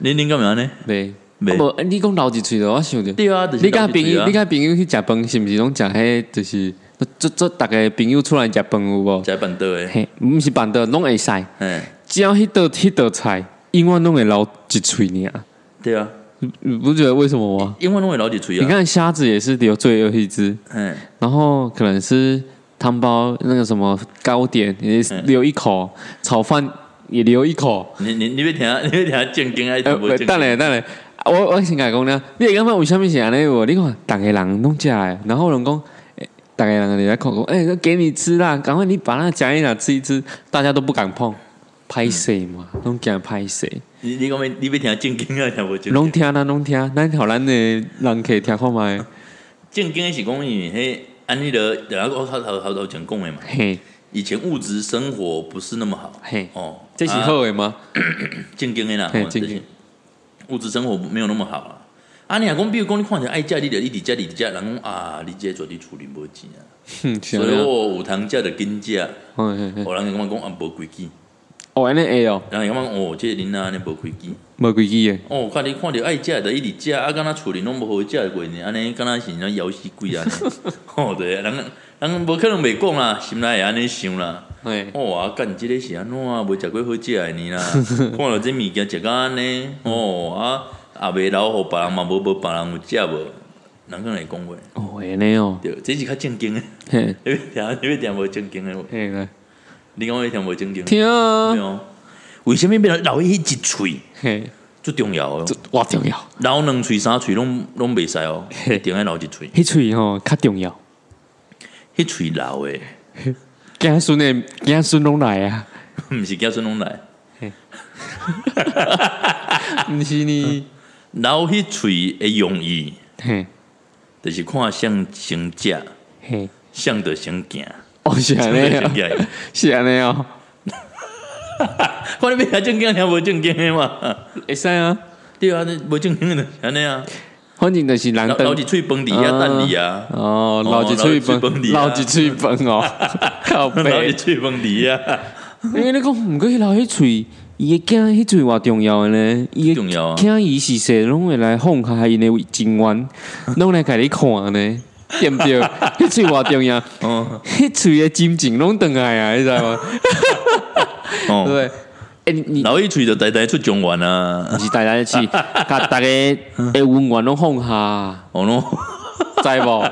A: 恁恁干嘛呢？
B: 没
A: 没
B: 无，啊你讲老一喙了，我想着。
A: 对啊，就是
B: 你甲
A: 留
B: 朋
A: 一喙
B: 友，
A: 啊
B: 你甲朋友去食饭，是毋是拢食迄？就是，做做逐个朋友出来食饭有无？
A: 食板凳诶，
B: 嘿，毋是办桌拢会使，
A: 嗯，
B: 只要迄道迄道菜，永远拢会留一喙尔。
A: 对啊，
B: 你你不觉得为什么吗？
A: 因为拢会留一喙
B: 你
A: 啊。
B: 看虾子也是留最后一只，
A: 嗯，
B: 然后可能是汤包那个什么糕点也是留一口，炒饭也留一口。
A: 你你你要听， 你要听正经还是
B: 呃，
A: 无正经？
B: 等下等下，我我先甲讲呢，你会感觉为什么是安尼无？你看，逐个人拢食诶，然后人讲，诶逐个人就来看讲，诶、欸，给你吃啦，赶快你把那夹一夹吃一吃，大家都不敢碰，拍谁嘛，拢惊拍谁，
A: 你你讲要你要听正经还是无正经？
B: 拢听啦拢听，咱互咱诶人客听 看觅，
A: 正经的是讲伊迄安尼的，然后我头头头头前讲的嘛。
B: 嘿
A: 以前物质生活不是那么好，
B: 嘿，
A: 哦，
B: 这是
A: 啊
B: 好诶吗？
A: 正经的啦，
B: 嘿
A: 哦
B: 正经
A: 就是物质生活没有那么好啊。啊，你若讲，比如讲，你看着爱食，你就一直食，一直食，人讲啊，你这绝对处理无钱啊，
B: 哼，是
A: 所
B: 安
A: 以
B: 尼啊
A: 我有通食就紧食，
B: 嘿嘿嘿
A: 有人就感觉讲啊无规矩，
B: 哦，安尼会哦，
A: 人就感觉哦，这个人啊安尼无规矩，
B: 无规矩诶，
A: 哦，看你看着爱食就一直食，啊，敢若厝里拢无好食过呢，安尼敢若是那枵死鬼啊， 哦对，人人无可能袂讲啦，心内会安尼想啦。
B: 嘿，
A: 哦啊，干即个是安怎啊？未食过好食的 呢啦，看到这物件食到安尼，哦啊，也袂留互别人嘛，无无别人有食无，人可能会讲话，
B: 哦，安尼哦，
A: 对，这是较正经的，
B: 嘿，
A: 你要听，你要听无正经的话，
B: 嘿来，
A: 你讲我要听无正经的，
B: 听啊
A: 对，哦。为什物要留伊一喙
B: 嘿，
A: 最重要哦
B: 这，偌重要。
A: 留两喙三喙拢拢袂使哦，
B: 嘿
A: 一定爱留一喙，
B: 迄喙吼较重要，
A: 迄喙留的，
B: 囝孙诶，囝孙拢来啊，
A: 毋是叫孙拢来，
B: 毋是呢？
A: 留迄喙的用意，
B: 嘿，
A: 就是看谁先食，
B: 嘿，
A: 谁就先行。
B: 哦是安尼啊，是安尼哦，
A: 看你要听正经听无正经的嘛？
B: 会使啊，
A: 对啊，你无正经的就是安尼啊，
B: 反正就是人
A: 留留一喙饭伫遐等你 啊，
B: 哦，老一喙饭，老一喙饭 哦，靠
A: 留一
B: 背，
A: 喙饭伫啊 遐，
B: 因为你讲毋过迄老迄喙，伊诶囝迄喙偌重要诶呢，伊诶
A: 重 要啊。
B: 囝伊是谁拢会来放下因诶情 愿，拢来甲你看呢，对毋对？迄喙偌重要，
A: 哦
B: 迄喙诶心情拢转来啊，你知道吗？
A: 哦，
B: 对，哎、你你
A: 留一喙就呆呆出状元啊，
B: 不是大家一起，甲大家诶温暖拢放下，
A: 哦咯，
B: 知无？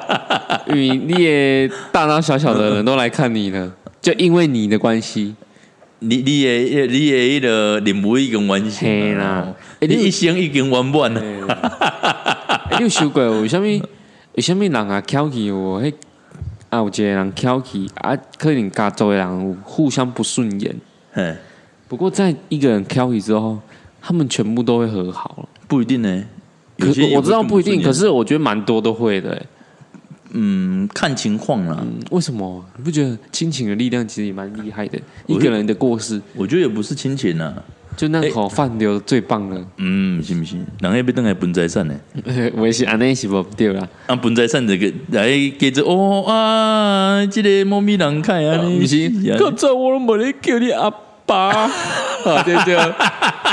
B: 因为你诶大大小小的人都来看你了，就因为你的关系，
A: 你你的你的迄个任务已经完成啊
B: 嘿
A: 了
B: 啦嗯
A: 哦，你一生已经完满了，
B: 对你有想过有啥物？有啥物人啊翘起我？迄啊有一个人翘起啊，可能家族的人有互相不顺眼。
A: 嘿，
B: 不过在一个人翘起之后，他们全部都会和好了。
A: 不一定呢。有
B: 可
A: 些也
B: 我知道
A: 会
B: 不一定，
A: 顺眼
B: 可是我觉得蛮多都会的、欸。
A: 嗯，看情况啦。
B: 嗯，为什么？你不觉得亲情的力量其实也蛮厉害的？
A: 我
B: 一
A: 是
B: 个人的过失，
A: 我觉得也不是亲情啦。
B: 就那口饭留的 最棒了。
A: 嗯，是不是？人迄要等来分财产呢？
B: 我也是安尼是无对啦，
A: 啊，分财产这个来给着哦啊，这个猫咪人看啊，
B: 不是
A: 啊，
B: 刚才我都没咧叫你阿爸，啊对对，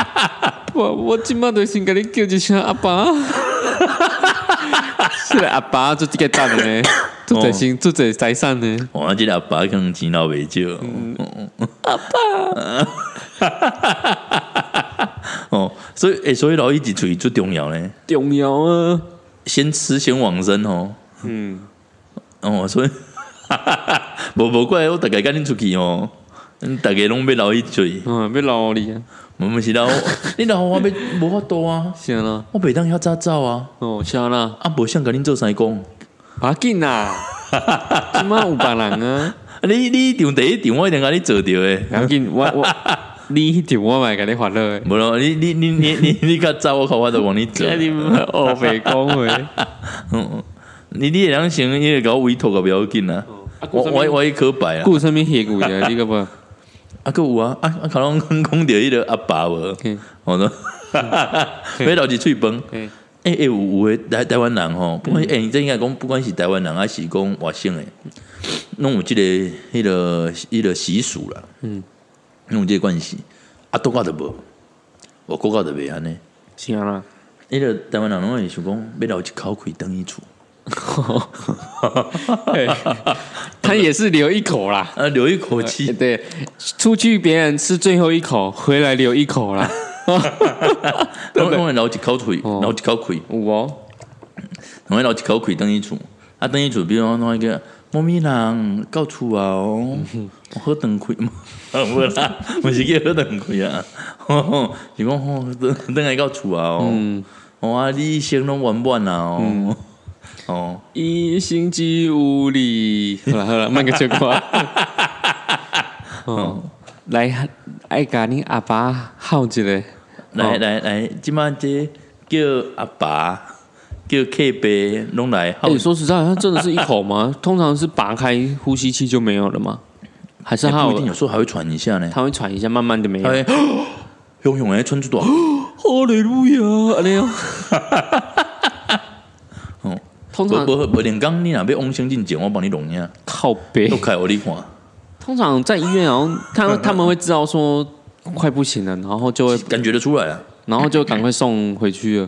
B: 我我今麦就先给你叫一声阿爸，是阿爸做这个蛋的 呢，做这心做这财产呢，
A: 哇，这个阿爸可能钱老袂少。
B: 嗯
A: 阿爸， 哦，所以诶、欸所以老一直嘴最重要呢，
B: 重要啊，
A: 先吃先往生哦。
B: 嗯，
A: 哦，所以， 无无怪我大概跟恁出去哦，嗯大家拢要老一嘴，
B: 啊要老你啊，
A: 我们是老，你老我要无法度啊，
B: 是啦，
A: 我袂当遐早走啊，
B: 哦是啦，
A: 啊，无想跟恁做三公。
B: 不要紧 啦，今麦有别人 啊，
A: 啊你你一场第一场我一定甲你做着诶，
B: 不要紧，我我你迄条我嘛给你发 乐。
A: 无咯，你你你你你你较早我靠我都往你做，嗯
B: 哎， 你们哦，北讲话，
A: 你你会当先你会甲我委托个不要紧啊，我我我去可摆啊，
B: 顾身边黑骨 的，你个不？
A: 啊个有啊啊啊，可能讲讲着迄个阿爸无，
B: 嗯
A: 我说，要留一喙饭。
B: 嗯
A: 诶、欸、诶、有有诶，台台湾人吼，不管诶、欸，这应该讲，不管是台湾人还是讲外省诶，拢有即、个迄、个迄、个习俗啦，嗯，拢有即个关系，啊，国家都无，我国家都袂安尼，
B: 是啊啦，
A: 迄个台湾人拢会想讲，要留一口气等伊厝，
B: 他也是留一口啦。
A: 啊，留一口气，
B: 对，出去别人吃最后一口，回来留一口啦。呃
A: 拢拢会留一口气，留一口气，
B: 有哦，
A: 拢会留一口气等伊厝，啊，等伊厝，比如讲弄一个。猫咪人到厝啊哦，
B: 嗯
A: 我好长开嘛， 无啦，毋是叫好长开啊， 吼吼，是讲吼，等等来到厝啊
B: 嗯
A: 哦，哦啊，你先拢圆满啊哦， 哦，
B: 一星期五里，好了好了，慢个结 果。哦，来爱甲你阿爸好一个，
A: 来
B: 哦
A: 来来，即摆这叫阿爸，叫客伯拢来，好
B: 哎、说实在，他真的是一口吗？通常是拔开呼吸器就没有了吗？还是
A: 欸
B: 他
A: 不一定，
B: 有
A: 有时候还会喘一下呢，
B: 他会喘一下，慢慢的没有
A: 他。会 汹涌诶，喘出大 口。
B: 哈利路亚，安尼哦。
A: 哦
B: 通
A: 无
B: 常
A: 无无连讲你若要往生进前，我帮你弄 影，
B: 靠背
A: 都，开互你看。
B: 通常在医院，然后他他们会知道说快不行了，然后就会
A: 感觉得出来啊。
B: 然后就赶快送回去了。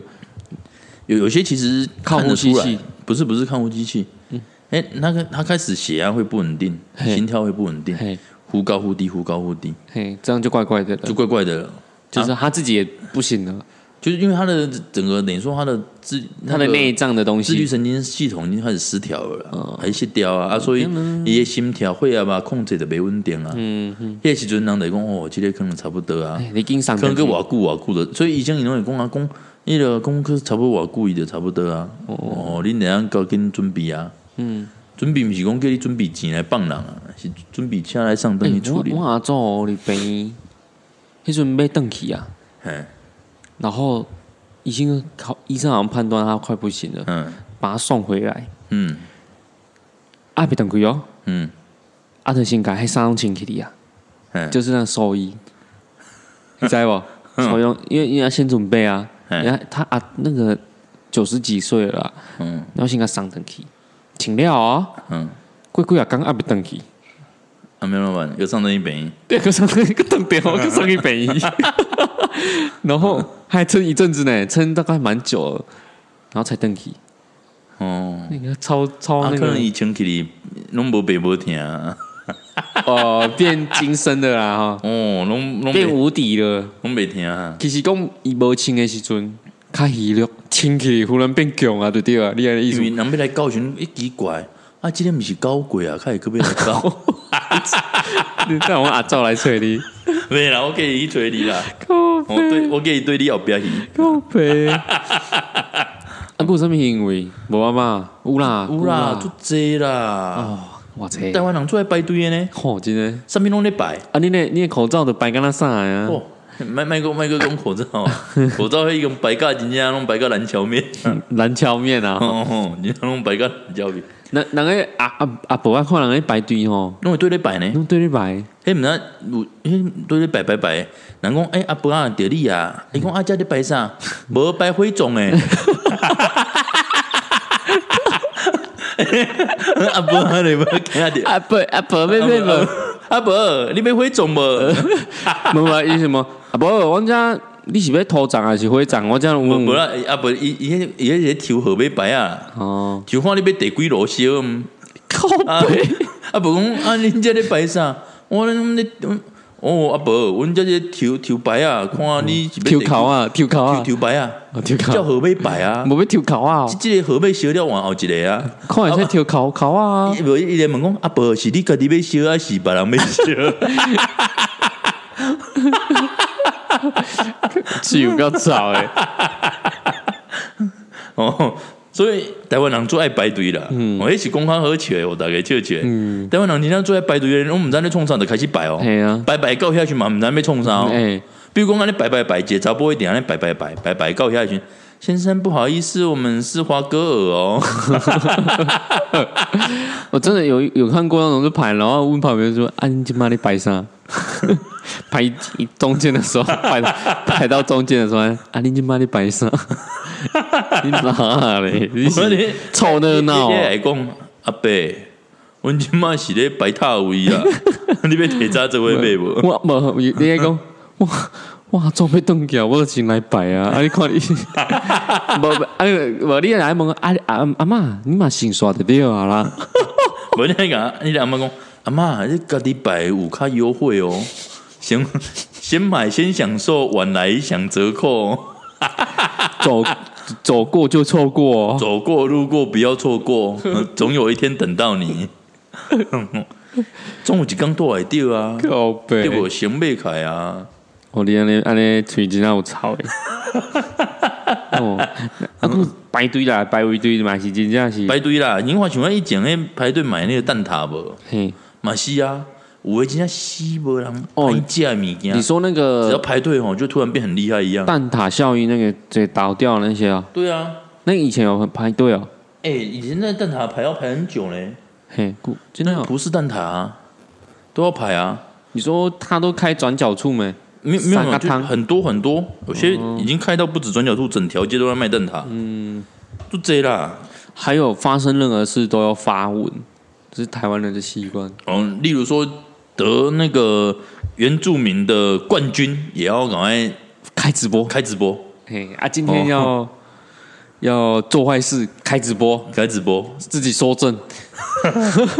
A: 有有些其实
B: 抗
A: 看
B: 呼
A: 得
B: 吸
A: 出
B: 器嗯
A: 来，不是不是抗呼吸器，哎、那个他开始血压会不稳定，
B: 嘿
A: 心跳会不稳定，
B: 嘿，
A: 忽高忽低，忽高忽低，
B: 嘿，这样就怪怪的了
A: 就，怪怪的了。
B: 就是他自己也不行了，
A: 就是因为他的整个等于说他的自
B: 他的内嗯脏的东
A: 自律
B: 西，
A: 神经系统已经开始失调了啦，还失调啊啊，所以
B: 嗯
A: 伊的心跳、血压嘛控制的袂稳定啊。嗯嗯，迄时阵人就讲哦，即、个可能差不多啊，
B: 哎，你经上
A: 可能
B: 跟
A: 个偌久偌久的，所以以前伊拢会讲啊，讲迄个讲去差不多偌久伊就差不多啊。哦，恁两样赶紧准备啊。嗯，准备毋是讲叫你准备钱来放人啊，是准备车来送等去处
B: 我
A: 理
B: 我。阿祖哩病，迄阵要登去啊，
A: 嘿，
B: 然后已经好，医生好像判断他快不行了，
A: 嗯
B: 把他送回来，
A: 嗯
B: 阿别登去哦，啊
A: 嗯，
B: 阿特先改，迄三拢清起你啊。
A: 嘿
B: 就是那个 兽医，你知道不？兽用，因为因为要先准备啊，
A: 嗯
B: 人家他啊那个九十几岁了啦，
A: 嗯
B: 然后先给他上等去，请料啊，
A: 嗯，
B: 贵贵啊，刚阿不等去，
A: 啊，没有老板，又上等一边。
B: 对，个上个等掉，哦个上一本一，然后还撑一阵子呢，撑大概蛮久了，然后才登去，
A: 哦，
B: 那个超超
A: 啊，
B: 那
A: 可能
B: 个
A: 伊穿起哩拢无白无听啊。
B: 哦变金身的啦 哈，
A: 哦，拢拢
B: 变
A: 袂
B: 无敌了。
A: 拢袂听啊。
B: 其实讲伊无穿的时阵，较虚弱，穿起来忽然变强啊，对不对啊？你安尼意
A: 因
B: 思
A: 为？人要来教训，一奇怪，啊，即个毋是搞鬼啊，较会去要来 搞。
B: 你带我阿赵来催你，
A: 袂啦，我给伊追你啦。
B: 靠
A: 我对我给你对你后壁去，
B: 靠背。啊，啊，有啥物行为？无啊嘛，有啦，
A: 有啦，足济啦。
B: 哦，哇塞
A: 台，湾人出来排队的呢，
B: 吼，真的。
A: 啥物拢咧排。
B: 啊，你那你的口罩都白干那啥呀？
A: 哦，卖卖个卖个讲口罩啊，口罩迄种白甲真正拢白甲蓝桥面，
B: 蓝桥面啊，
A: 哦吼，真正拢白甲蓝桥面，
B: 那那个阿阿阿伯啊，看人家排队吼，
A: 拢会对咧摆呢。
B: 拢对你排，
A: 迄毋知有迄对咧摆摆摆的，人讲诶、欸、阿伯啊，着你啊，伊讲阿遮咧摆啥？无摆火种诶。阿伯啊，你无惊着？
B: 阿伯阿伯咩咩
A: 뭐?
B: 无，
A: 阿伯，你要火种无？
B: 无无伊什么？阿伯，我家你是要头长还是灰长？我这样
A: 无无
B: 问
A: 啦，阿伯伊伊迄伊迄个抽号码牌啊，
B: 哦，
A: 就看你要第几路烧嗯
B: 靠
A: 啊
B: 北，
A: 阿伯讲啊，恁遮咧摆啥？我恁咧哦阿伯，阮遮咧抽抽牌啊，看你是要第
B: 抽
A: 几
B: 考啊，抽考啊
A: 抽，抽牌啊，
B: 哦抽
A: 叫
B: 考，
A: 号码牌啊。
B: 无要抽考啊，
A: 即个号码烧了换后一个啊，
B: 看会使抽考考啊，
A: 伊无伊咧问讲阿伯是你家己要烧还是别人要烧？
B: 是有够早 诶，
A: 哦，所以台湾人最爱排队啦，嗯，我、哦、那是公开好笑的，我大概笑笑。嗯，台湾人真正最爱排队的，我毋知咧创啥就开始排哦，
B: 嘿啊，
A: 排排到遐去嘛，毋知要创啥哦。
B: 诶，
A: 比如讲安尼排排排，一个查甫一定安尼排排排排排到遐去。先生，不好意思，我们是华歌尔 哦。
B: 我真的有有看过那种是排，然后问旁边说：“啊，你今妈你排 啥？”排一中间的时候，排到排到中间的时候，啊，你今妈你排 啥？你哪嘞？你
A: 我
B: 是
A: 咧
B: 凑热闹哦
A: 你你来讲阿伯，阮即满是咧摆塔位啊， 你要提早做位买 无？
B: 我无，你你讲我我装备冻掉，我先来摆啊！啊，你看你，无无啊，无你来问啊啊阿妈，你嘛先刷得掉啊啦！
A: 无你讲，你阿妈讲，阿妈，你家己摆有较优惠哦，先 先买先享受，晚来享折扣哦，
B: 走走过就错过、哦，
A: 走过路过不要错 过，总有一天等到你。 中午一刚倒来掉啊，
B: 靠
A: 对
B: 背
A: 无先买开啊，
B: 哦，你安尼安尼喙真有臭诶。
A: 嗯
B: 哦，啊，不排队啦，排一队嘛是真正是，
A: 排队啦，你看像我以前咧排队买那个蛋挞无？
B: 嘿，
A: 嘛是啊，有的真正死无人
B: 哦
A: 爱食的物
B: 你
A: 件，
B: 说那
A: 只要
B: 个
A: 排队吼，就突然变很厉害一样。
B: 蛋挞效应那个对倒掉的那些哦，
A: 对啊，
B: 那以前有排队哦，
A: 哎、以前那蛋挞排要排很久嘞，
B: 嘿，古真的哦，
A: 不是蛋挞、啊、都要排啊，
B: 你说他都开转角处没？
A: 没有没有
B: 三
A: 没
B: 个
A: 有就
B: 汤哦
A: 很多很多，有些已经开到不止转角处，整条街都在卖蛋挞。嗯，就这啦。
B: 还有发生任何事都要发文，这是台湾人的习惯。
A: 嗯，例如说得那个原住民的冠军，也要赶快
B: 开直播，
A: 开直播，
B: 嘿啊，今天要、要做坏事，开直播，
A: 开直播，
B: 自己收正，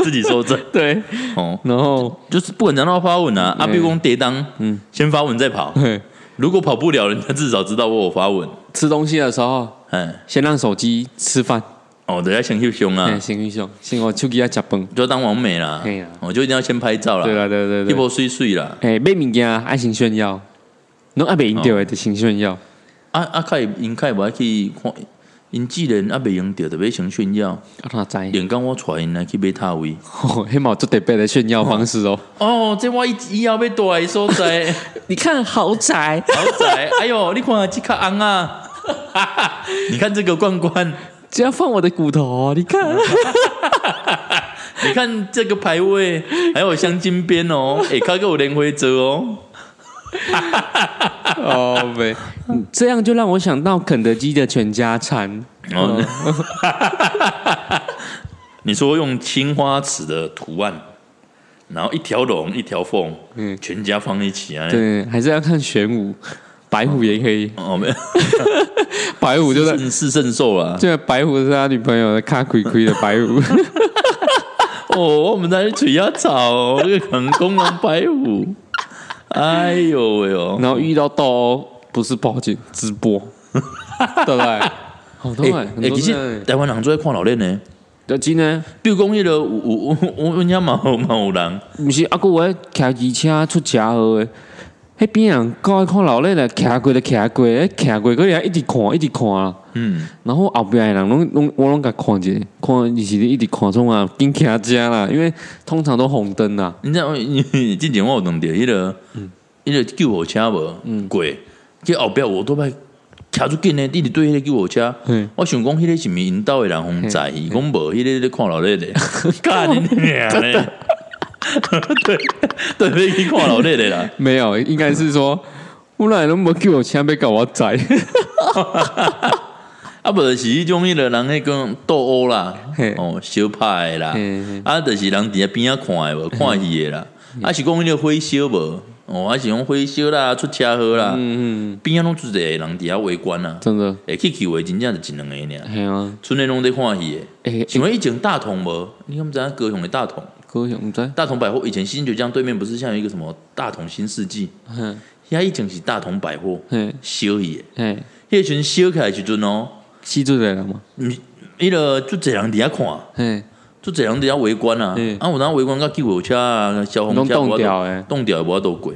A: 自己收 证
B: 对，
A: 哦。
B: 然后
A: 就是不管怎样发文啊，阿比公跌当，嗯，先发文再跑。
B: 嘿
A: 如果跑不了，人家至少知道我有发文。
B: 吃东西的时候，
A: 哎，
B: 先让手机吃饭，
A: 哦，等下先秀胸
B: 哎、
A: 啊，
B: 先运用，先我手机要吃饭，
A: 就要当完美啦
B: 嘿啊。
A: 我就一定要先拍照啦，
B: 对啦，对对
A: 一
B: 对，
A: 波碎碎啦。
B: 哎、买物件爱先炫耀，哦侬爱袂用着的就先炫耀，
A: 啊啊，凯因凯无爱去看，因既然啊袂用着，特别想炫耀，
B: 啊哪知？
A: 连讲我带因来去买塔位。
B: 吼，黑毛做特别的炫耀方式哦。
A: 哦，这我以以后要住的所在
B: 你看豪宅，
A: 豪宅，哎哟，你看这卡昂啊， 你看这个罐罐，
B: 只要放我的骨头哦、你看。
A: 你看这个牌位，还有镶金边哦，哎，看个有莲花折哦。
B: 哦呗，这样就让我想到肯德基的全家餐，
A: 哦，你说用青花瓷的图案，然后一条龙一条凤，
B: 嗯
A: 全家放一起啊。
B: 对，还是要看玄武，白虎也可以，
A: 哦，没有，
B: 白虎就在。
A: 是是圣兽啊！
B: 这个白虎是他女朋友的卡亏亏的白 虎，
A: 哦，我们在水鸭草，那个很公狼白虎，哎呦喂哦！
B: 然后遇到斗殴不是报警直 播，对不对？好多
A: 哎
B: 哎，
A: 哎，
B: 很多
A: 其
B: 是
A: 实台湾人最爱看老练呢，
B: 就真的，
A: 比如讲迄个有有有有有有嘛有嘛有人，
B: 不是啊，个我骑机车出车祸的，迄边人搞看老咧来，徛过就徛过，徛过个人一直看一直看啊。
A: 嗯，
B: 然后后壁的人拢拢我拢甲看者，看伊是一直看创啊，紧徛遮啦，因为通常都红灯啦。
A: 你知道你之前我有弄着迄个，迄个救护车无，嗯，过，去后壁我都歹徛出紧诶，一直对迄个救护车
B: 嗯，
A: 我想讲迄个是毋是引导诶人轰载，伊讲无，迄个咧看老咧咧，干你娘咧，对对，去看老咧咧啦，
B: 没有，应该是说，我来拢无叫我枪被搞我宰。
A: 啊，无就是迄种迄个人迄讲斗殴啦
B: 嘿，
A: 哦，小拍诶啦
B: 嘿嘿，
A: 啊，就是人伫遐边仔看诶无，看戏诶啦，
B: 嗯
A: 啊是讲迄个火烧无，哦，啊是讲火烧啦，出车祸啦，
B: 嗯嗯，
A: 边仔拢出一个人伫遐围观啊，
B: 真的，
A: 会去球诶真正就一两个尔，
B: 系啊。
A: 剩诶拢伫看戏诶。
B: 诶、欸，
A: 请问以前大同无？你敢知影高雄诶大同？
B: 高雄唔知，
A: 大同百货以前新爵江对面不是像有一个什么大同新世纪？
B: 嘿，
A: 遐以前是大同百货
B: 嘿，
A: 烧去
B: 嘿，
A: 诶，迄时阵烧起来的时阵哦，
B: 吸住来了嘛？
A: 毋是迄落就侪人伫遐看。
B: 嘿，
A: 就这人底下围观啊
B: 嗯，
A: 啊，有当围观到救护车啊、消防
B: 拢
A: 车
B: 冻
A: 无法
B: 掉诶，
A: 度，冻掉也无法度过，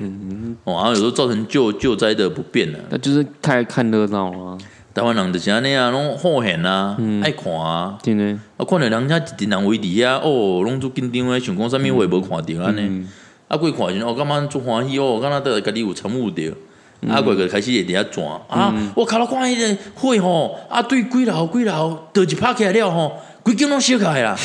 A: 哦，啊，有时候造成救救灾的不便啊。
B: 那就是太看热闹了，
A: 台湾人就是安尼啊，拢好闲啊，爱看啊，
B: 真的。
A: 啊，看着人家一群人围伫遐，哦，拢足紧张诶，想讲啥物我也无看着安尼，啊，过去看的时候，哦，感觉足欢喜哦，敢若都家己有参悟着。啊，过去开始会伫遐转啊！我靠，我看迄个火吼，啊，对几楼几楼，倒一拍起来了吼，规间拢烧起来啦。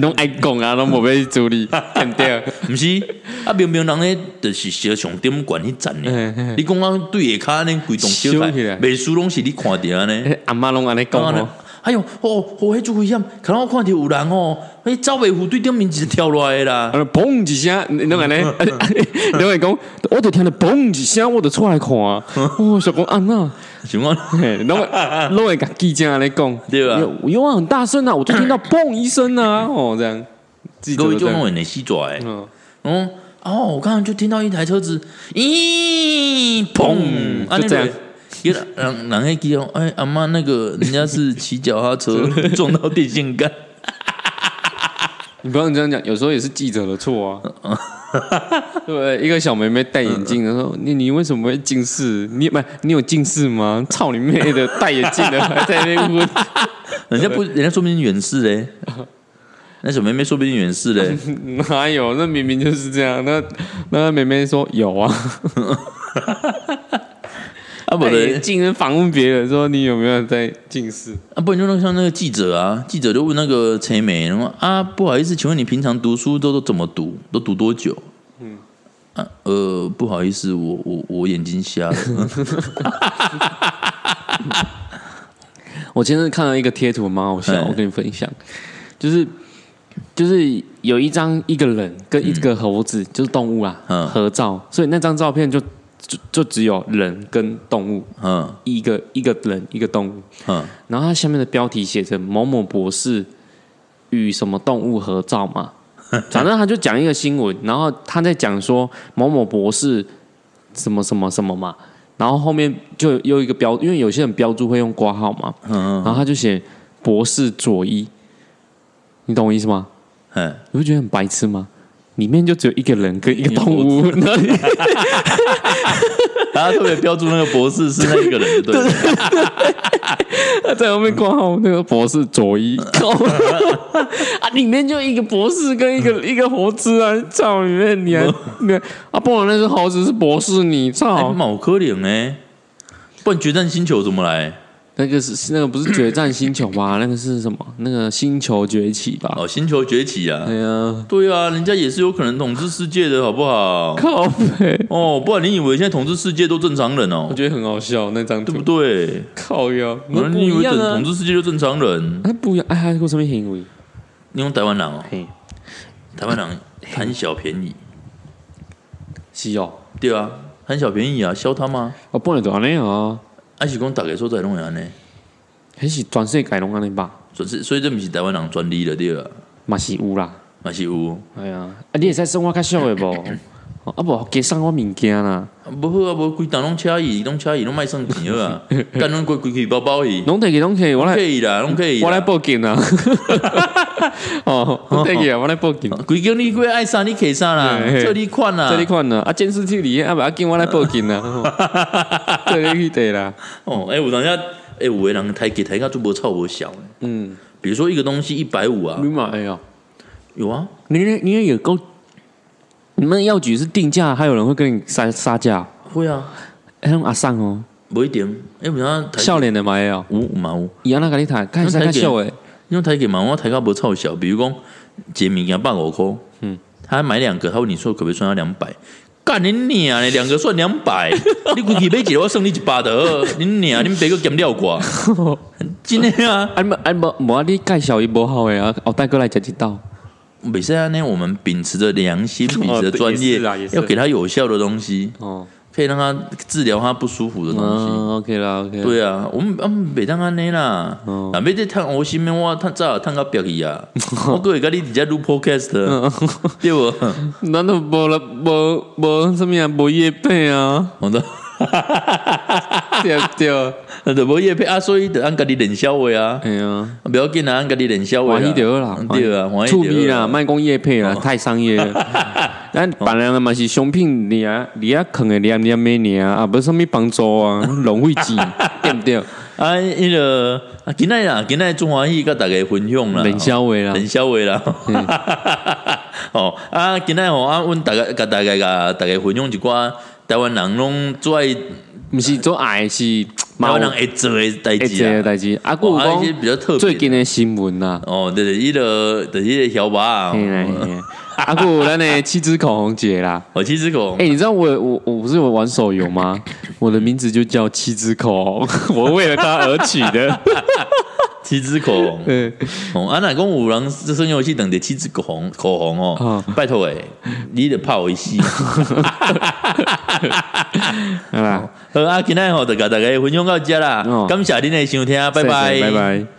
B: 拢爱讲啊，拢无要去 处理，对不对？
A: 毋是，啊，明明人咧就是小上点管迄站
B: 嘿
A: 咧
B: 嘿，
A: 你讲啊对下骹安尼规栋小
B: 烧
A: 开
B: 起来，
A: 袂输拢是你看着安 尼。
B: 哎阿妈拢安尼讲
A: 讲安尼
B: 哦，
A: 哎哟，哦，哦，迄种危险，可能我看着有人哦，迄走袂赴对顶面就跳落来的啦
B: 啊，。砰一声，你拢安尼，
A: 嗯
B: 啊 你会讲，我就听到砰一声，我就出来看 啊。哦，想讲啊那，
A: 想 讲，
B: 嘿，拢会拢会甲记者安尼讲，
A: 对吧
B: 有有啊，很大声啊，我就听到砰一声啊，哦这样，记
A: 各
B: 者
A: 位
B: 就这
A: 就弄
B: 样，
A: 很死抓诶。
B: 嗯，
A: 哦，哦，我刚刚就听到一台车子，咦，砰，啊
B: 嗯就这样。
A: 有人人人迄记哦，哎，阿妈那个人家是骑脚踏 车撞到电线杆，
B: 你不要这样讲，有时候也是记者的错啊。 对不对，一个小妹妹戴眼镜的时候，
A: 嗯
B: 你你为什么会近视？你不，你有近视吗？操你妹的，戴眼镜 的还在那边问。
A: 人家不，人家说不定远视嘞。那小妹妹说不定远视 嘞，
B: 哪有？那明明就是这样。那那妹妹说有啊，
A: 啊不
B: 戴眼
A: 对，
B: 镜人访问别人说你有没有在近视？
A: 啊不然就弄像那个记者啊，记者就问那个陈美，然后啊不好意思，请问你平常读书都都怎么读？都读多久？嗯，啊呃不好意思，我我我眼睛瞎了，
B: 我今天看到一个贴图，蛮好笑，
A: 嗯
B: 我跟你分享，就是就是有一张一个人跟一个猴子，就是动物啊，
A: 嗯
B: 合照，所以那张照片就就就只有人跟动物，
A: 嗯
B: 一个一个人一个动物，
A: 嗯
B: 然后它下面的标题写着“某某博士与什么动物合照”嘛， 反正他就讲一个新闻，然后他在讲说某某博士什么什么什么嘛，然后后面就又一个标，因为有些人标注会用挂号嘛，
A: 嗯，
B: 然后他就写博士佐伊，你懂我意思吗？
A: 哎，
B: 你会觉得很白痴吗？里面就只有一个人跟一个动物，然后
A: 大家特别标注那个博士是那一个人， 对了，
B: 他 在后面挂号那个博士佐伊，靠 啊，里面就一个博士跟一个一个猴子啊，操里面你还你还啊，不然那只猴子是博士你
A: 哎
B: 操，
A: 毛科林哎，不然决战星球怎么来？
B: 那个是那个不是决战星球吧？那个是什么？那个星球崛起吧？
A: 哦，星球崛起啊
B: 哎，呀，
A: 对啊，人家也是有可能统治世界的好不好？
B: 靠北，
A: 哦，不然你以为现在统治世界都正常人哦
B: 我，觉得很好笑那张
A: 对不
B: 图，
A: 对？
B: 靠呀，那
A: 啊
B: 不
A: 你以
B: 一
A: 为整
B: 样
A: 统
B: 啊，
A: 治世界就正常人？
B: 那不一样，哎，还有什么行为？
A: 你用台湾 人哦，
B: 嘿，
A: 台湾人贪小便宜，
B: 是哦，
A: 对啊，贪小便宜啊，消他妈！
B: 我本来就安尼啊，
A: 还是讲大家所在拢会安尼，
B: 还是全世界拢安尼吧，
A: 所以所以这不是台湾人专利了，对啊，
B: 嘛是有啦。
A: 嘛是有，
B: 哎呀，啊，你会使送我较俗的无？哦啊无，加送我物件啦，
A: 啊不好啊，无规单拢车伊，拢车伊，拢卖算钱好 啊，干拢规规去包包伊，
B: 拢摕去拢摕，我来
A: 可以啦，拢可以啦，
B: 我来报警啦。 哦，我得给我来报警。
A: 鬼叫你鬼爱啥你给啥啦
B: 嘿，嘿
A: 这里款啦，
B: 这里看呢，啊，监视器里面啊，不要紧，我来报警啦。哦这里去得啦，
A: 哦，哎、有当下，哎、有的人抬给抬价就无臭无小的。
B: 嗯，
A: 比如说一个东西一百五啊
B: 你，妈哎呀，
A: 有啊，
B: 你那你那也够，你们药局是定价，还有人会跟你杀杀价，
A: 会啊，
B: 哎，那种阿上哦，
A: 不一定。哎、有当下
B: 笑脸的嘛也有，
A: 有有嘛有，
B: 伊安那跟你谈，看啥
A: 那台
B: 看
A: 给
B: 笑诶，
A: 因为抬给嘛，我抬价无臭小。比如讲，一个物件百五块，嗯，他买两个，他问你说可不可以算他两百。干你娘嘞！两个算两 百，你估计买一个我送你一百的好，你娘你们别个减料我， 真的啊！
B: 啊，无啊无无啊，你介绍伊无好诶啊，后带过来食一道，
A: 每次啊，那我们秉持着良心，秉持着
B: 对
A: 专
B: 哦也
A: 业
B: 是啊啦也，是
A: 要给他有效的东西。
B: 哦，
A: 可以让他治疗他不舒服的东西。
B: 嗯，OK 啦 OK，啦，
A: 对啊，我们我们袂当安尼啦，
B: 哦
A: 啊，要再趁黑心面，我趁早趁到白去 啊，我过会甲你直接录 podcast，对
B: 嗯
A: 无？
B: 咱都无了无无什么啊，无业配啊，
A: 我都
B: 对不对？
A: 都无业配啊，所以就按家己练消话啊，
B: 哎呀，
A: 不要紧啊，按家己练消话啊，
B: 欢喜就好啦，
A: 对啊，欢喜
B: 趣
A: 就
B: 味
A: 好
B: 啦，，卖讲业配啦，啊
A: 哦
B: 太商 业了。咱别人的嘛是商品，你啊你啊坑的念念咩念啊，不是什么帮 助啊，浪费钱，对不对？
A: 啊，迄个啊，今仔啦，今仔中欢喜甲大家分享啦，
B: 冷消话啦，嗯
A: 冷笑话啦。 哦，啊，今仔吼啊，阮大家甲大家甲大家分享一寡台湾人拢最爱台
B: 不是做爱是
A: 湾人会做诶代
B: 会
A: 志
B: 做的
A: 啊。
B: 代志。啊，还
A: 哦啊
B: 有
A: 一些
B: 讲
A: 比较特别的
B: 最近的新闻啦，
A: 哦，就是迄个就是迄个小巴啊
B: 嘿啦嘿啦啊，还有咱的七只口红姐啦。
A: 哦，其实讲
B: 哎、你知道我我我不是有玩手游吗？我的名字就叫七只口红， 我为了它而取的。
A: 七支口红，
B: 对，
A: 哦，啊，若讲有人这生游戏等着七支口红口红哦，拜托诶，你得拍我一 死。
B: 好啦，
A: 好啊，今仔吼就甲大家分享到遮啦
B: 哦，
A: 感谢恁的收听，拜
B: 谢
A: 拜，
B: 哦谢拜拜。